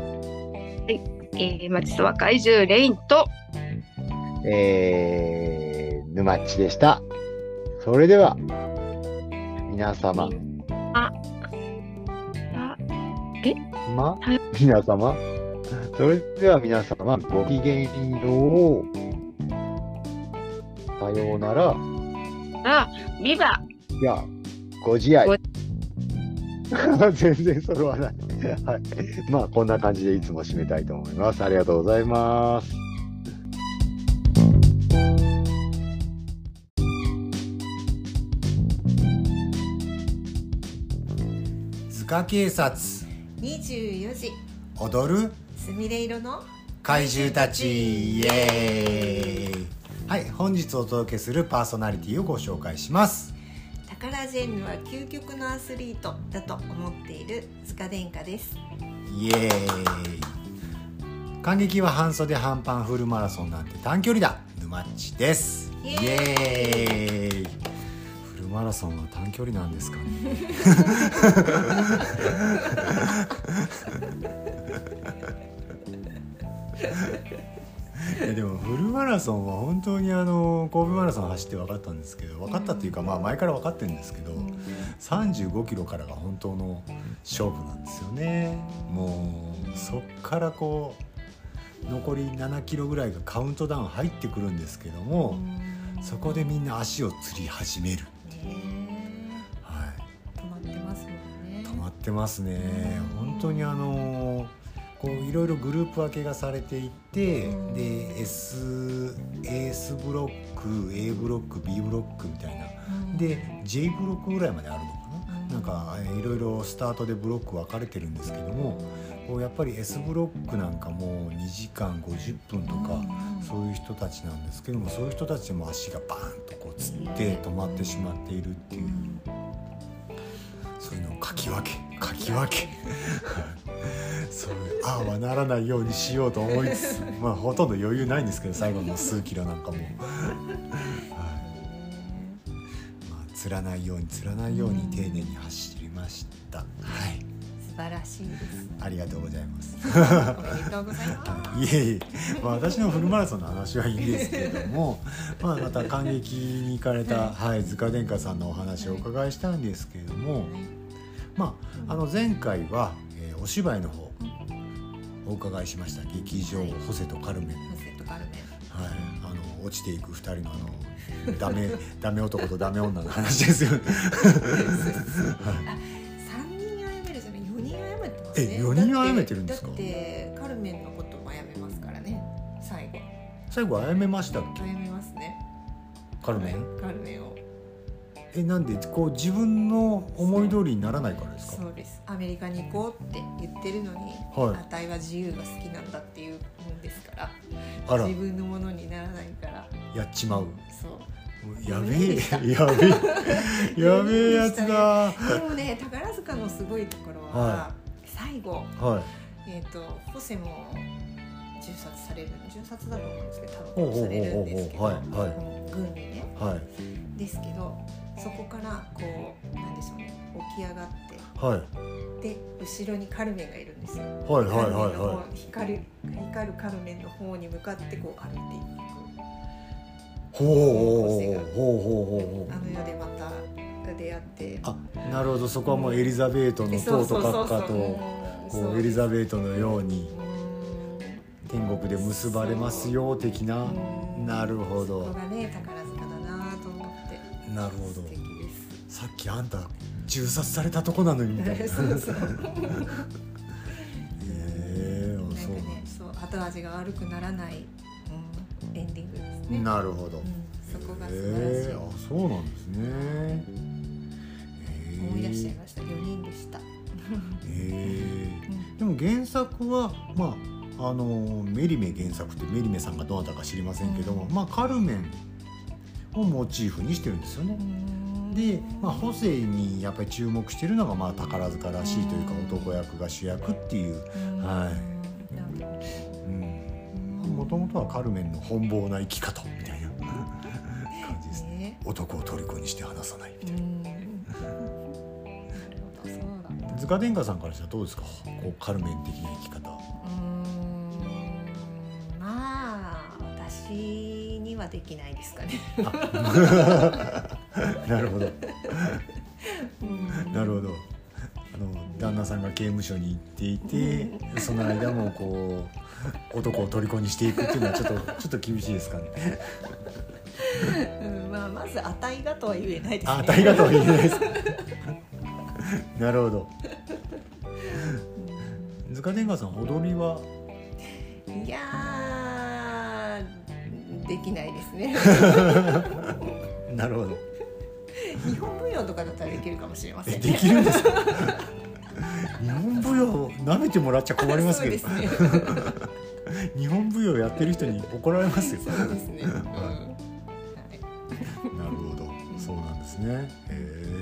Speaker 2: えー、町と若い獣レインと、
Speaker 1: えー、沼っちでした。それでは皆様、
Speaker 2: あ、
Speaker 1: ま
Speaker 2: はい、
Speaker 1: 皆様、それでは皆様ごきげんよう。さようなら。
Speaker 2: あ、ビバ。
Speaker 1: いや、ご自愛。
Speaker 2: ご
Speaker 1: 全然揃わない。はい。まあ、こんな感じでいつも締めたいと思います。ありがとうございます。
Speaker 3: 図鑑警察
Speaker 4: 24時
Speaker 3: 踊る
Speaker 4: すみれ色の
Speaker 3: 怪獣たちイエーイはい本日お届けするパーソナリティをご紹介します
Speaker 4: タカラジェンヌは究極のアスリートだと思っている塚殿下です
Speaker 3: イエーイ感激は半袖半パンフルマラソンなんて短距離だ沼っちです
Speaker 4: イエ
Speaker 3: イエ
Speaker 4: ーイ
Speaker 3: ーイフルマラソンは短距離なんですかねいやでもフルマラソンは本当にあの神戸マラソン走って分かったんですけど分かったっていうかまあ前から分かってるんですけど35キロからが本当の勝負なんですよねもうそっからこう残り7キロぐらいがカウントダウン入ってくるんですけどもそこでみんな足をつり始める、は
Speaker 4: 止まってますもん
Speaker 3: い、
Speaker 4: ね
Speaker 3: 止まってますね本当にあのこういろいろグループ分けがされていてで S, S ブロック A ブロック B ブロックみたいなで J ブロックぐらいまであるのかななんかえーいろいろスタートでブロック分かれてるんですけどもこうやっぱり S ブロックなんかもう2時間50分とかそういう人たちなんですけどもそういう人たちも足がバーンとこうつって止まってしまっているっていうそういうのをかき分けかき分けそういうああはならないようにしようと思いつつまあほとんど余裕ないんですけど最後の数キロなんかも。はいまあ、釣らないように釣らないように丁寧に走りました。はい、
Speaker 4: 素晴らしいです
Speaker 3: ありがとうございます。
Speaker 4: おめでとうございます
Speaker 3: いえいえ、まあ、私のフルマラソンの話はいいんですけれども、まあ、また感激に行かれた、はい、塚殿下さんのお話をお伺いしたんですけれども、まあ、あの前回は、えーお芝居の方お伺いしました劇場
Speaker 4: はい
Speaker 3: 「ホセとカルメン」
Speaker 4: カセットカルメ
Speaker 3: はい、あの落ちていく2人のあのダ メダメ男とダメ女の話ですよね。
Speaker 4: 三人謝るじゃない四人謝ってますね
Speaker 3: え四人謝ってるんですか
Speaker 4: だってだってカルメンのことも謝ますからね最後
Speaker 3: 最後あやめましたっ
Speaker 4: 謝
Speaker 3: け
Speaker 4: りますね
Speaker 3: カルメン
Speaker 4: カルメンを
Speaker 3: えなんでこう自分の思い通りにならないからですか
Speaker 4: そうですアメリカに行こうって言ってるのに、
Speaker 3: は
Speaker 4: あ
Speaker 3: い
Speaker 4: たいは自由が好きなんだっていうもんですから
Speaker 3: あら
Speaker 4: 自分のものにならないから
Speaker 3: やっちまう
Speaker 4: そう
Speaker 3: やべ えやべえやべえやつだ
Speaker 4: でもね宝塚のすごいところは、
Speaker 3: は
Speaker 4: 最後、
Speaker 3: は
Speaker 4: えー、とホセも銃殺される銃殺だと思うんですけど多
Speaker 3: ほう
Speaker 4: 分
Speaker 3: ほうほうほう
Speaker 4: 殺されるんですけど、
Speaker 3: はいは
Speaker 4: 軍にね
Speaker 3: いはい
Speaker 4: ですけどそこからこうなんでしょうね起き上がっ
Speaker 3: はい
Speaker 4: てで後ろにカルメンがいるんですよ
Speaker 3: はい
Speaker 4: カ
Speaker 3: はい
Speaker 4: ルメン
Speaker 3: はい
Speaker 4: の方
Speaker 3: はい
Speaker 4: 光る光るカルメンの方に向かってこう歩いていく
Speaker 3: ほうほうほうほうほうほう
Speaker 4: あの世でまた出会って
Speaker 3: あなるほどそこはもうエリザベートの
Speaker 4: で
Speaker 3: 塔と閣下と
Speaker 4: そう
Speaker 3: こうエリザ
Speaker 4: ー
Speaker 3: ベートのように
Speaker 4: ト
Speaker 3: 天国で結ばれますよ的ななるほど
Speaker 4: そこがね宝塚だなと思って
Speaker 3: なるほど
Speaker 4: 素敵
Speaker 3: さっきあんた銃殺されたとこなのにみたいな
Speaker 4: で
Speaker 3: へ
Speaker 4: すそうそうなんか
Speaker 3: えあそうなん
Speaker 4: ね
Speaker 3: です
Speaker 4: そう後味が悪くならない、うん、エンディングですね
Speaker 3: なるほど
Speaker 4: うん、そこが素晴らしい、
Speaker 3: へえあそうなんですねへえ
Speaker 4: 思い出しちゃいました4人でした、
Speaker 3: へえ
Speaker 4: うん
Speaker 3: でも原作はまああのメリメ原作ってメリメさんがどなたか知りませんけども、
Speaker 4: うん
Speaker 3: まあカルメンをモチーフにしてるんですよね。で、まあ、ホセにやっぱり注目してるのが、まあ、宝塚らしいというか男役が主役っていう
Speaker 4: うん
Speaker 3: は
Speaker 4: なんか
Speaker 3: もともとはカルメンの奔放な生き方みたいな感じですね
Speaker 4: ね
Speaker 3: 男を虜にして離さない
Speaker 4: う
Speaker 3: みたい
Speaker 4: ん なるほどそうだった
Speaker 3: な塚殿下さんからしたらどうですかこうカルメン的な生き方
Speaker 4: うーんまあ私にはできないですかね。
Speaker 3: なるほど なるほ
Speaker 4: ど。
Speaker 3: どあの旦那さんが刑務所に行っていてその間もこう男を虜にしていくっていうのはちょっとちょっと厳しいですかね
Speaker 4: うん、まあまず値がとは言えないですね。
Speaker 3: あ大河とは言えないです なるほど塚天下さん踊りはい
Speaker 4: やーできないですね
Speaker 3: なるほど
Speaker 4: 日本舞踊とかだったらできるかもしれま
Speaker 3: え
Speaker 4: せん
Speaker 3: できるんですか日本舞踊舐めてもらっちゃ困りますけど
Speaker 4: そうですね
Speaker 3: 日本舞踊やってる人に怒られますよ
Speaker 4: そうですね、うん
Speaker 3: は
Speaker 4: はい
Speaker 3: いなるほどそうなんですねえー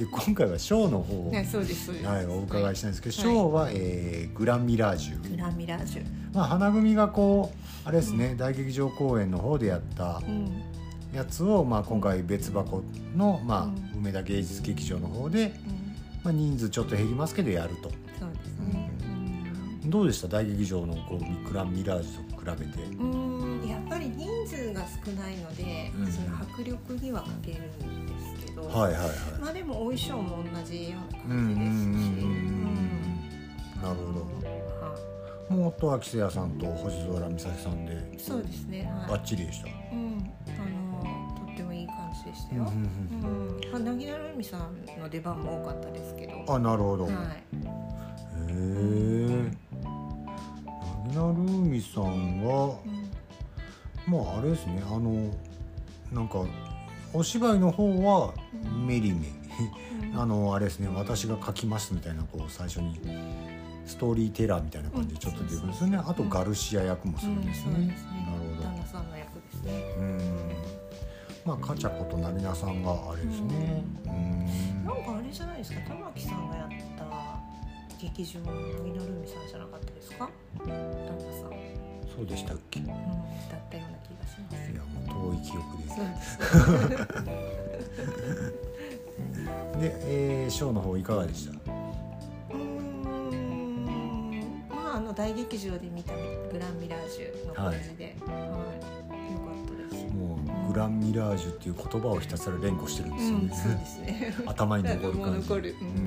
Speaker 3: で今回はショーの方を
Speaker 4: ね、そうですそうです。
Speaker 3: はい、お伺いしたいんですけど、
Speaker 4: はい
Speaker 3: ショーは、えーグランミラージ
Speaker 4: グ
Speaker 3: ュ、
Speaker 4: ランミラージュ。
Speaker 3: まあ、花組がこうあれですね、大劇場公演の方でやった
Speaker 4: うん、
Speaker 3: やつを、まあ、今回別箱の、まあ、
Speaker 4: う
Speaker 3: 梅田芸術劇場の方
Speaker 4: う
Speaker 3: で、
Speaker 4: ん、
Speaker 3: まあ、人数ちょっと減りますけどやると
Speaker 4: そうですね。うん
Speaker 3: どうでした大劇場のこうグランミラージュと比べて、
Speaker 4: うん、やっぱり人数が少ないので、
Speaker 3: うん
Speaker 4: その迫力には欠けるんですけど、
Speaker 3: はいはいはい、
Speaker 4: まあでもお衣装も同じような
Speaker 3: うんうんうん
Speaker 4: 感じですし、
Speaker 3: うんなるほど
Speaker 4: は
Speaker 3: うんもう音は木瀬谷さんと星空美咲さんで
Speaker 4: い、そうですね。
Speaker 3: バ
Speaker 4: は
Speaker 3: ッチリでした、
Speaker 4: い、うん、あのとってもいい感じでした
Speaker 3: うんう
Speaker 4: よ。うんん、まあなぎなるみさんの出番も多かったですけど、
Speaker 3: うんあなるほど、
Speaker 4: はい。
Speaker 3: へえ。なぎなるみさんは、
Speaker 4: うん
Speaker 3: まああれですね、あのなんかお芝居の方は
Speaker 4: うん
Speaker 3: メリメ、
Speaker 4: うん
Speaker 3: あのあれですね、私が書きますみたいなこう最初にストーリーテラーみたいな感じでちょっと出てくるんですよね。あとガルシア役もするんです
Speaker 4: うん
Speaker 3: ね。
Speaker 4: そうですね
Speaker 3: なるほ
Speaker 4: 旦那さんの役ですね。
Speaker 3: ど。うん。まあカチャことなぎなさんがあれですね。うん。
Speaker 4: なんかあれじゃないですか、玉木さんがやった劇場の乃木のルミさんじゃなかったですか？旦那さん、うん、
Speaker 3: そうでしたっけ？いや
Speaker 4: だったような気がしますよ。
Speaker 3: もう遠い記憶で。
Speaker 4: そうです。
Speaker 3: で、えー、ショーの方いかがでし た？
Speaker 4: うーん、まああの大劇場で見たグランミラージュの感じで、はい、良かったです。
Speaker 3: もうグランミラージュっていう言葉をひたすら連呼してるんですよ
Speaker 4: うん、
Speaker 3: ね、
Speaker 4: そうですね。
Speaker 3: 頭に残る
Speaker 4: もう
Speaker 3: 感じ、
Speaker 4: 残る。う、
Speaker 3: うんん
Speaker 4: 本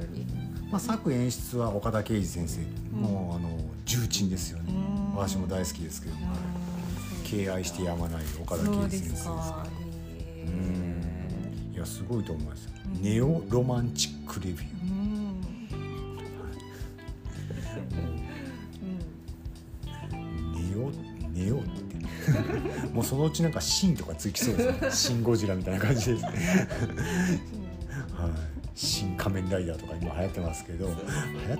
Speaker 4: 当に。
Speaker 3: まあ、作演出は岡田圭司先生、もうあの重鎮ですよね、
Speaker 4: うん
Speaker 3: 私も大好きですけども、敬愛してやまない岡田
Speaker 4: そう
Speaker 3: 圭司先生
Speaker 4: で
Speaker 3: です
Speaker 4: すか。へー
Speaker 3: いやすごいと思いますよ、
Speaker 4: うん
Speaker 3: ネオロマンチックレビュー
Speaker 4: うんうん
Speaker 3: ネオネオって もうそのうちなんかシンとかつきそうですねシン・ゴジラみたいな感じですねはい、新仮面ライダーとか今流行ってますけど流行っ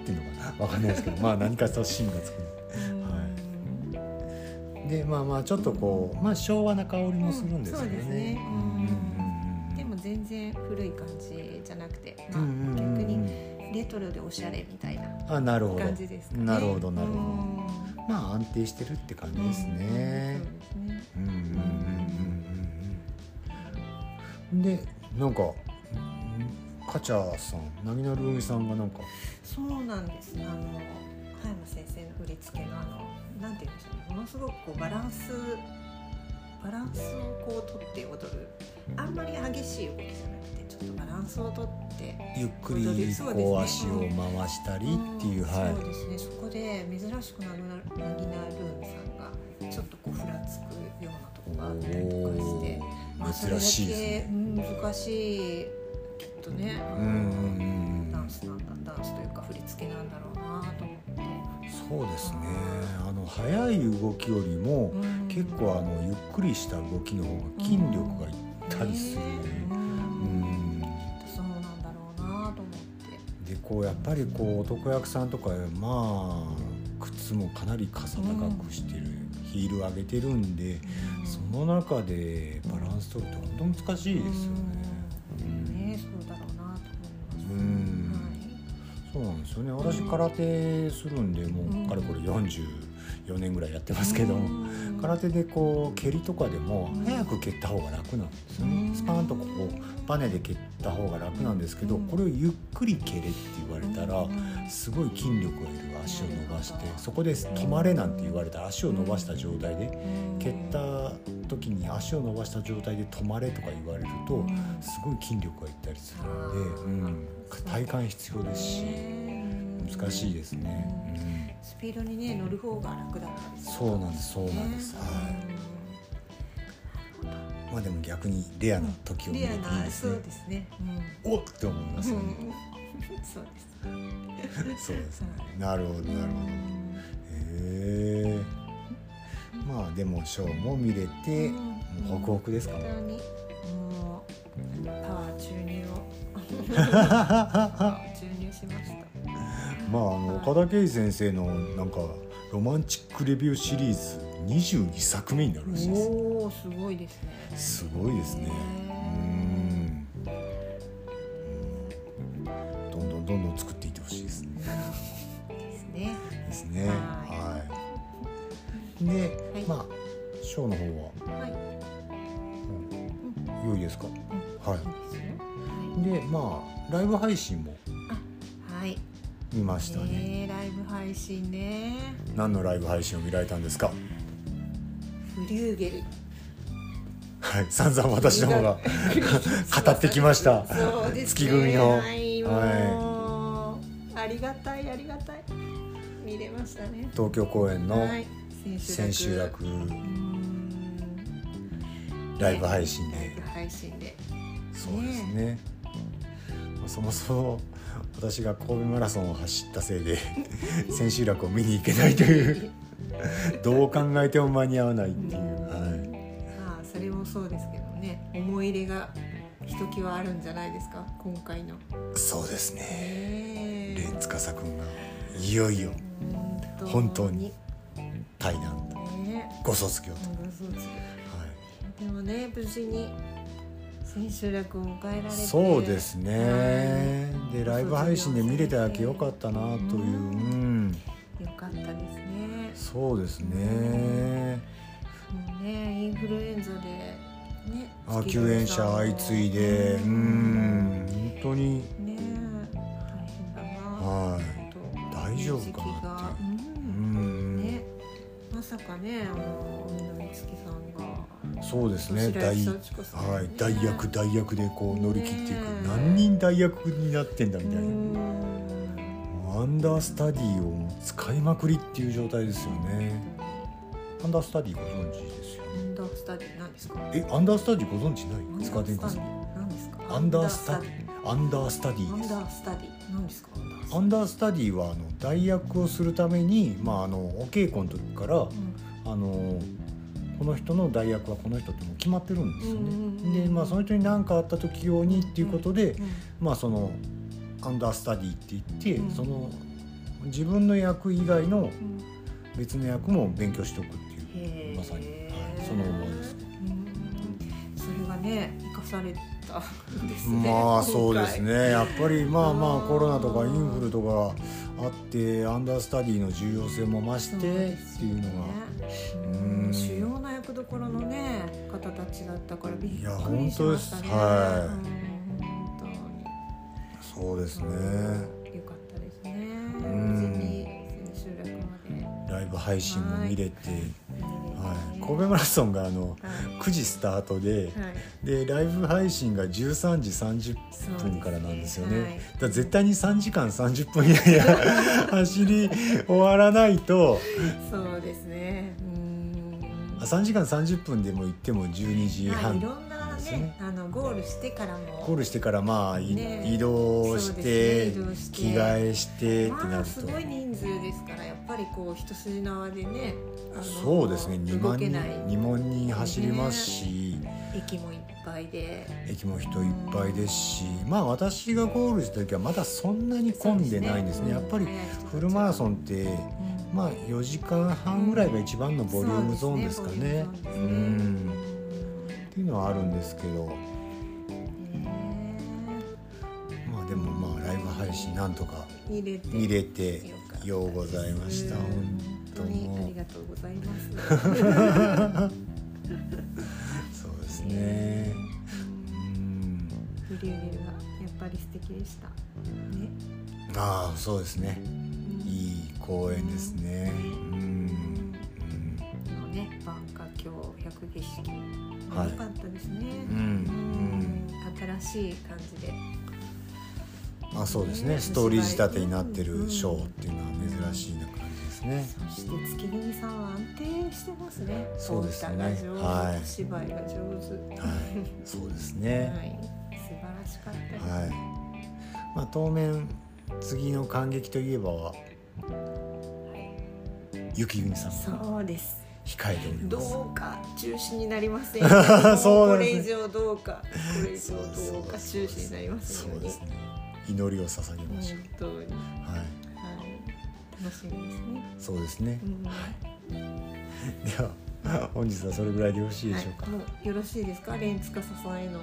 Speaker 3: てんのかなわかんないですけどまあ何かと新がつく
Speaker 4: うん
Speaker 3: はでまあまあちょっとこう、まあ、昭和な香りもするんですけ
Speaker 4: うんそ
Speaker 3: ど
Speaker 4: うですね
Speaker 3: ね。うんうんうん
Speaker 4: でも全然古い感じじゃなくて、ま
Speaker 3: う
Speaker 4: あ
Speaker 3: んうんうん
Speaker 4: 逆にレトロでおしゃれみたいな
Speaker 3: あなるほど
Speaker 4: 感じですかね。
Speaker 3: なるほどなるほど
Speaker 4: ほ
Speaker 3: まあ安定してるって感じです
Speaker 4: そ
Speaker 3: ね。
Speaker 4: うですね。
Speaker 3: うんうんうんうんうんでなんかカチャさんなぎなる海さんがなんか
Speaker 4: そうなんです。あの葉山先生の振り付けのあのなんて言うんでしょうね。ものすごくこうバランスバランスをこう取って踊る。あんまり激しい動きじゃなくて、ちょっとバランスを取って。
Speaker 3: ゆっくり
Speaker 4: 踊りそうですね
Speaker 3: こう足を回したりっていう、
Speaker 4: ん
Speaker 3: はい
Speaker 4: そうですね。そこで珍しくなぎななぎなルームさんがちょっとこうふらつくようなとこがあったりとかして、まあそれ
Speaker 3: 珍
Speaker 4: だ
Speaker 3: しいです
Speaker 4: け
Speaker 3: ね。
Speaker 4: うん難しいきっとね。あの
Speaker 3: うんうんうん
Speaker 4: ダンスなんだダンスというか振り付けなんだろうなと思って。
Speaker 3: そうですね。あの速い動きよりも
Speaker 4: うん
Speaker 3: 結構あのゆっくりした動きの方が筋力がいったりするね。
Speaker 4: う
Speaker 3: うんん。
Speaker 4: そうなんだろうなと思って。
Speaker 3: でこうやっぱりこう男役さんとかまあ靴もかなり傘高くしてる、ヒール上げてるんで、その中でバランス取るって本当難しいですよね。
Speaker 4: うんね、そうだろうなと思います。
Speaker 3: うんそうなんですよね私空手するんで
Speaker 4: う
Speaker 3: も
Speaker 4: ん
Speaker 3: うかれこれ44年ぐらいやってますけど、
Speaker 4: うん
Speaker 3: 空手でこう蹴りとかでも
Speaker 4: うん
Speaker 3: 早く蹴った方が楽なんですよね、
Speaker 4: うん
Speaker 3: スパーンとこうバネで蹴った方が楽なんですけど、
Speaker 4: うん
Speaker 3: これをゆっくり蹴れって言われたら、
Speaker 4: うん
Speaker 3: すごい筋力がいる足を伸ばして
Speaker 4: なるほど
Speaker 3: そこで止まれなんて言われたら足を伸ばした状態で蹴っ
Speaker 4: うん
Speaker 3: た時に足を伸ばした状態で止まれとか言われると
Speaker 4: うん
Speaker 3: すごい筋力がいったりする
Speaker 4: あー
Speaker 3: ので、うん、体幹必要ですし
Speaker 4: ね
Speaker 3: 難しいですね、
Speaker 4: スピードにね乗る方が楽だったり
Speaker 3: うん
Speaker 4: する
Speaker 3: そうなんですそうなんです、
Speaker 4: ね
Speaker 3: は
Speaker 4: うん
Speaker 3: まあでも逆にレアな時を見
Speaker 4: リ
Speaker 3: れ
Speaker 4: ア
Speaker 3: ていい
Speaker 4: な、
Speaker 3: です
Speaker 4: そう
Speaker 3: ね
Speaker 4: で。すね。うん
Speaker 3: おっって思いますよね。
Speaker 4: そうです。
Speaker 3: そうですね
Speaker 4: は。
Speaker 3: なるほどなるほど。へえ。まあでもショーも見れて、 もうホクホクですか
Speaker 4: 本
Speaker 3: ね。
Speaker 4: 当にもうパワー注入を注入しました。
Speaker 3: まあ、あの岡田圭司先生のなんかロマンチックレビューシリーズ22作目になるらしいです。
Speaker 4: おおすごいですね。
Speaker 3: すごいですね。うん。うんどんどんどんどん作っていってほしいですね。
Speaker 4: ですね。
Speaker 3: ですね。
Speaker 4: は
Speaker 3: はい。で、
Speaker 4: はい
Speaker 3: まあショーの方は
Speaker 4: はい。い
Speaker 3: 良いですか。はい
Speaker 4: ですよ
Speaker 3: い。で、まあライブ配信も
Speaker 4: はい。はい。
Speaker 3: 見ましたね。
Speaker 4: ねえライブ配信ね。
Speaker 3: 何のライブ配信を見られたんですか。
Speaker 4: フリューゲル。
Speaker 3: はい、散々私どもが 語ってきました。
Speaker 4: そうですね。
Speaker 3: 月組の
Speaker 4: はい。もうありがたいありがたい。見れましたね。
Speaker 3: 東京公演の
Speaker 4: はい。
Speaker 3: 千秋
Speaker 4: 楽
Speaker 3: 楽
Speaker 4: うん
Speaker 3: ライブ配信
Speaker 4: ライブ
Speaker 3: で、
Speaker 4: 配信で。
Speaker 3: そうですね。そもそも私が神戸マラソンを走ったせ いで千秋楽を見に行けないというどう考えても間に合わないっていう、は
Speaker 4: まあそれもそうですけどね思い入れがひときわあるんじゃないですか今回の。
Speaker 3: い、そうですね
Speaker 4: ね
Speaker 3: 蓮司君がいよいよ
Speaker 4: え
Speaker 3: 本当に。対談
Speaker 4: ね
Speaker 3: ご卒業と、
Speaker 4: え本当そうですよ
Speaker 3: は
Speaker 4: でもね無事に千秋楽を迎えられて
Speaker 3: い、そうですねでライブ配信で見れただけよかったなという、うん、
Speaker 4: よかったですね。
Speaker 3: そうですね
Speaker 4: もうねインフルエンザでね
Speaker 3: あ救援者相次いでう
Speaker 4: うん
Speaker 3: ん本当に
Speaker 4: ねえ大変だな、
Speaker 3: はい
Speaker 4: 本当
Speaker 3: 大丈夫かな
Speaker 4: 時
Speaker 3: って
Speaker 4: 期がう
Speaker 3: うんん
Speaker 4: ね、まさかね、あの、みのつきさんが。
Speaker 3: そうですね
Speaker 4: 白
Speaker 3: 大
Speaker 4: 石幸子さんね
Speaker 3: はい大役大役でこう乗り切っていく
Speaker 4: ねえ
Speaker 3: 何人大役になってんだ
Speaker 4: う
Speaker 3: みたいな
Speaker 4: ーん
Speaker 3: もうアンダースタディをもう使いまくりっていう状態ですよねアンダースタディご存知ですよ
Speaker 4: アンダースタディ、なんですか。
Speaker 3: えアンダースタディご存知ない塚
Speaker 4: アンダ
Speaker 3: 田
Speaker 4: ースタデ
Speaker 3: 君さん
Speaker 4: ィ、なんですか。
Speaker 3: アンダースタデ
Speaker 4: ィ。
Speaker 3: ィアンダースタデ
Speaker 4: ア
Speaker 3: ィ
Speaker 4: ン
Speaker 3: です
Speaker 4: ダースタディ、なんですか。
Speaker 3: アンダースタディはあの代役をするために、まあ、あのお稽古の時からあのこの人の代役はこの人ってもう決まってるんですよね。
Speaker 4: うんうんうん
Speaker 3: で、まあ、その人に何かあった時用にっていうことで、
Speaker 4: うん
Speaker 3: まあ、そのアンダースタディって言って、
Speaker 4: うん
Speaker 3: その自分の役以外
Speaker 4: う
Speaker 3: の
Speaker 4: ん
Speaker 3: 別の役も勉強しておくってい
Speaker 4: へ
Speaker 3: う
Speaker 4: ー
Speaker 3: まさに、はい、そのままです。
Speaker 4: うんそれがね、生かされたんですね。
Speaker 3: まあそうですねやっぱりまあま
Speaker 4: あ
Speaker 3: あ
Speaker 4: ー
Speaker 3: コロナとかインフルとかあってアンダースタディの重要性も増して
Speaker 4: 今
Speaker 3: っ
Speaker 4: 回。
Speaker 3: ていうのが
Speaker 4: そうですよね
Speaker 3: う
Speaker 4: うんん主要な役どころのね方たちだったからびっくりし
Speaker 3: いや
Speaker 4: ま
Speaker 3: 本当です
Speaker 4: したね。
Speaker 3: はい
Speaker 4: うん本当に。
Speaker 3: そうですね
Speaker 4: 良かったですね。
Speaker 3: ん
Speaker 4: 無事に千秋楽まで
Speaker 3: ライブ配信も見れて、
Speaker 4: 見れてね。
Speaker 3: はい、神戸マラソンがあの
Speaker 4: は
Speaker 3: 9時スタートで
Speaker 4: い。はい。
Speaker 3: でライブ配信が13時30
Speaker 4: そうです
Speaker 3: 分
Speaker 4: ね
Speaker 3: からなんですよね
Speaker 4: はい
Speaker 3: だから絶対に3時間30分 以内に走り終わらないと
Speaker 4: そうですね。うん。
Speaker 3: あ3時間30分でも行っても12時
Speaker 4: まあ
Speaker 3: 半
Speaker 4: いろんな
Speaker 3: です
Speaker 4: ね
Speaker 3: ね、
Speaker 4: あのゴールしてからも。
Speaker 3: ゴールしてからまあい
Speaker 4: ね
Speaker 3: 移動し
Speaker 4: そうで
Speaker 3: て
Speaker 4: すね移動して
Speaker 3: 着替えしてって
Speaker 4: ま
Speaker 3: な
Speaker 4: あ
Speaker 3: る
Speaker 4: す
Speaker 3: と
Speaker 4: ごい人数ですからやっぱりこう一筋縄でねあの
Speaker 3: そうですね2
Speaker 4: 動
Speaker 3: 万
Speaker 4: け
Speaker 3: 人
Speaker 4: ない
Speaker 3: 2万人走りますし
Speaker 4: 駅もいっぱいで
Speaker 3: 駅も人いっぱいですしまあ私がゴールした時はまだそんなに混んでないんですねやっぱりフルマラソンってまあ4時間半ぐらいが一番のボリュームゾーンですかね。
Speaker 4: そうですねボ
Speaker 3: う
Speaker 4: リュームゾーン
Speaker 3: んっていうのはあるんですけどまあでもまあライブ配信なんとか
Speaker 4: 見れて
Speaker 3: 見れてようございました
Speaker 4: うん
Speaker 3: 本当
Speaker 4: 本当にあり
Speaker 3: に
Speaker 4: がとうございます。
Speaker 3: そうですね
Speaker 4: うん
Speaker 3: うん
Speaker 4: フリューゲルはやっぱり素敵でした。ね。
Speaker 3: ああそうですね
Speaker 4: うん
Speaker 3: いい公演ですねうん
Speaker 4: のね、万華鏡百儀式。
Speaker 3: はい
Speaker 4: 良かったですね。
Speaker 3: うん
Speaker 4: う
Speaker 3: う
Speaker 4: んん新しい感じで。
Speaker 3: うんあそうですねストーリー仕立てになってるショーっていうのは珍しいな感じですですね。
Speaker 4: そして月組さんは安定してますね。
Speaker 3: そうですね
Speaker 4: お歌が上手
Speaker 3: はい
Speaker 4: お芝居が上手。
Speaker 3: はいそうです
Speaker 4: は
Speaker 3: ね。
Speaker 4: い素晴らしかったです。
Speaker 3: はい。まあ当面次の感激といえば雪国さんが
Speaker 4: そうです。
Speaker 3: 控えております。。
Speaker 4: どうか中止になりません
Speaker 3: そう
Speaker 4: こ
Speaker 3: で
Speaker 4: れ
Speaker 3: す
Speaker 4: 以
Speaker 3: ね
Speaker 4: 上どうか、これ以上
Speaker 3: そう
Speaker 4: どうか中止になります
Speaker 3: そ
Speaker 4: よう
Speaker 3: う
Speaker 4: に。
Speaker 3: ですね。祈りを捧げまし
Speaker 4: 本当に、は
Speaker 3: た。はい。
Speaker 4: い、楽しみですね。
Speaker 3: そうですね
Speaker 4: う。ん
Speaker 3: では本日はそれぐらいでよろしいで
Speaker 4: は
Speaker 3: しょうか
Speaker 4: い、。もうよろしいですか、レン司さんへの、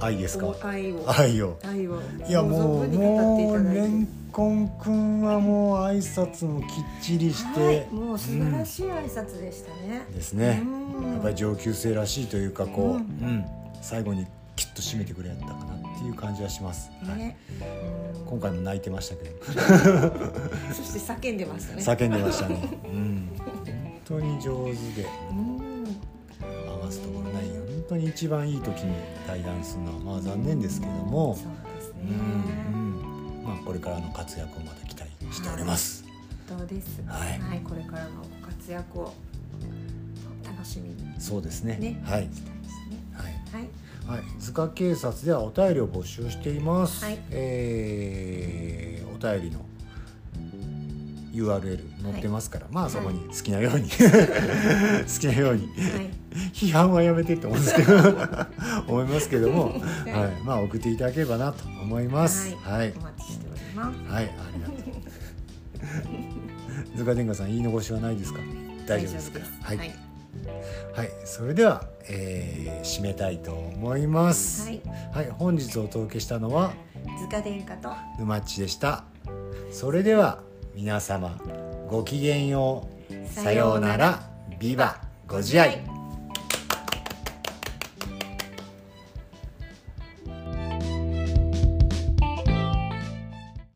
Speaker 3: 愛で
Speaker 4: あ
Speaker 3: す
Speaker 4: の、
Speaker 3: か
Speaker 4: お。愛を。
Speaker 3: 愛を。
Speaker 4: 愛を。
Speaker 3: いやもう
Speaker 4: 存分に語ってい
Speaker 3: も
Speaker 4: た
Speaker 3: う
Speaker 4: だ
Speaker 3: レ
Speaker 4: い
Speaker 3: ン
Speaker 4: て。
Speaker 3: コンくんはもう挨拶もきっちりして、
Speaker 4: はい、もう素晴らしい挨拶でしたね。
Speaker 3: ですね、
Speaker 4: うん
Speaker 3: やっぱり上級生らしいというかこう、
Speaker 4: うん
Speaker 3: うん最後にきっと締めてくれやったかなっていう感じはします、はい、
Speaker 4: ね、うん
Speaker 3: 今回も泣いてましたけど
Speaker 4: そして叫んでましたね。
Speaker 3: 叫んでまし たね、うん、本当に上手で
Speaker 4: うん、
Speaker 3: 余すところないよ本当に一番いい時に対談するのはまあ残念ですけども
Speaker 4: そうです
Speaker 3: うん、う
Speaker 4: ね。
Speaker 3: んまあ、これからの活躍をまた期待しております
Speaker 4: どうです。
Speaker 3: はい
Speaker 4: これからのご活躍を楽しみに
Speaker 3: そうですね
Speaker 4: ね
Speaker 3: はい
Speaker 4: したいですね。
Speaker 3: はい
Speaker 4: はい、
Speaker 3: はい、図鑑警察ではお便りを募集しています。
Speaker 4: はい
Speaker 3: えーお便りの URL 載ってますから、まあそこに
Speaker 4: は
Speaker 3: 好きなように、 好きなよう
Speaker 4: は
Speaker 3: に
Speaker 4: い、
Speaker 3: 批判はやめてって思うんです けど思いますけども、は
Speaker 4: はい
Speaker 3: い、まあ送っていただければなと思います。はい
Speaker 4: お、待ちしております。
Speaker 3: はい、ありが とう。図鑑天下さん言い残しはないですか？大丈夫ですか？はい、
Speaker 4: は
Speaker 3: はいい、、それでは、えー締めたいと思います。
Speaker 4: はい
Speaker 3: はい、本日お届けしたのは
Speaker 4: 塚殿下と。
Speaker 3: 沼っちでした。それでは皆様ごきげんよう。さようなら。ビバご自愛。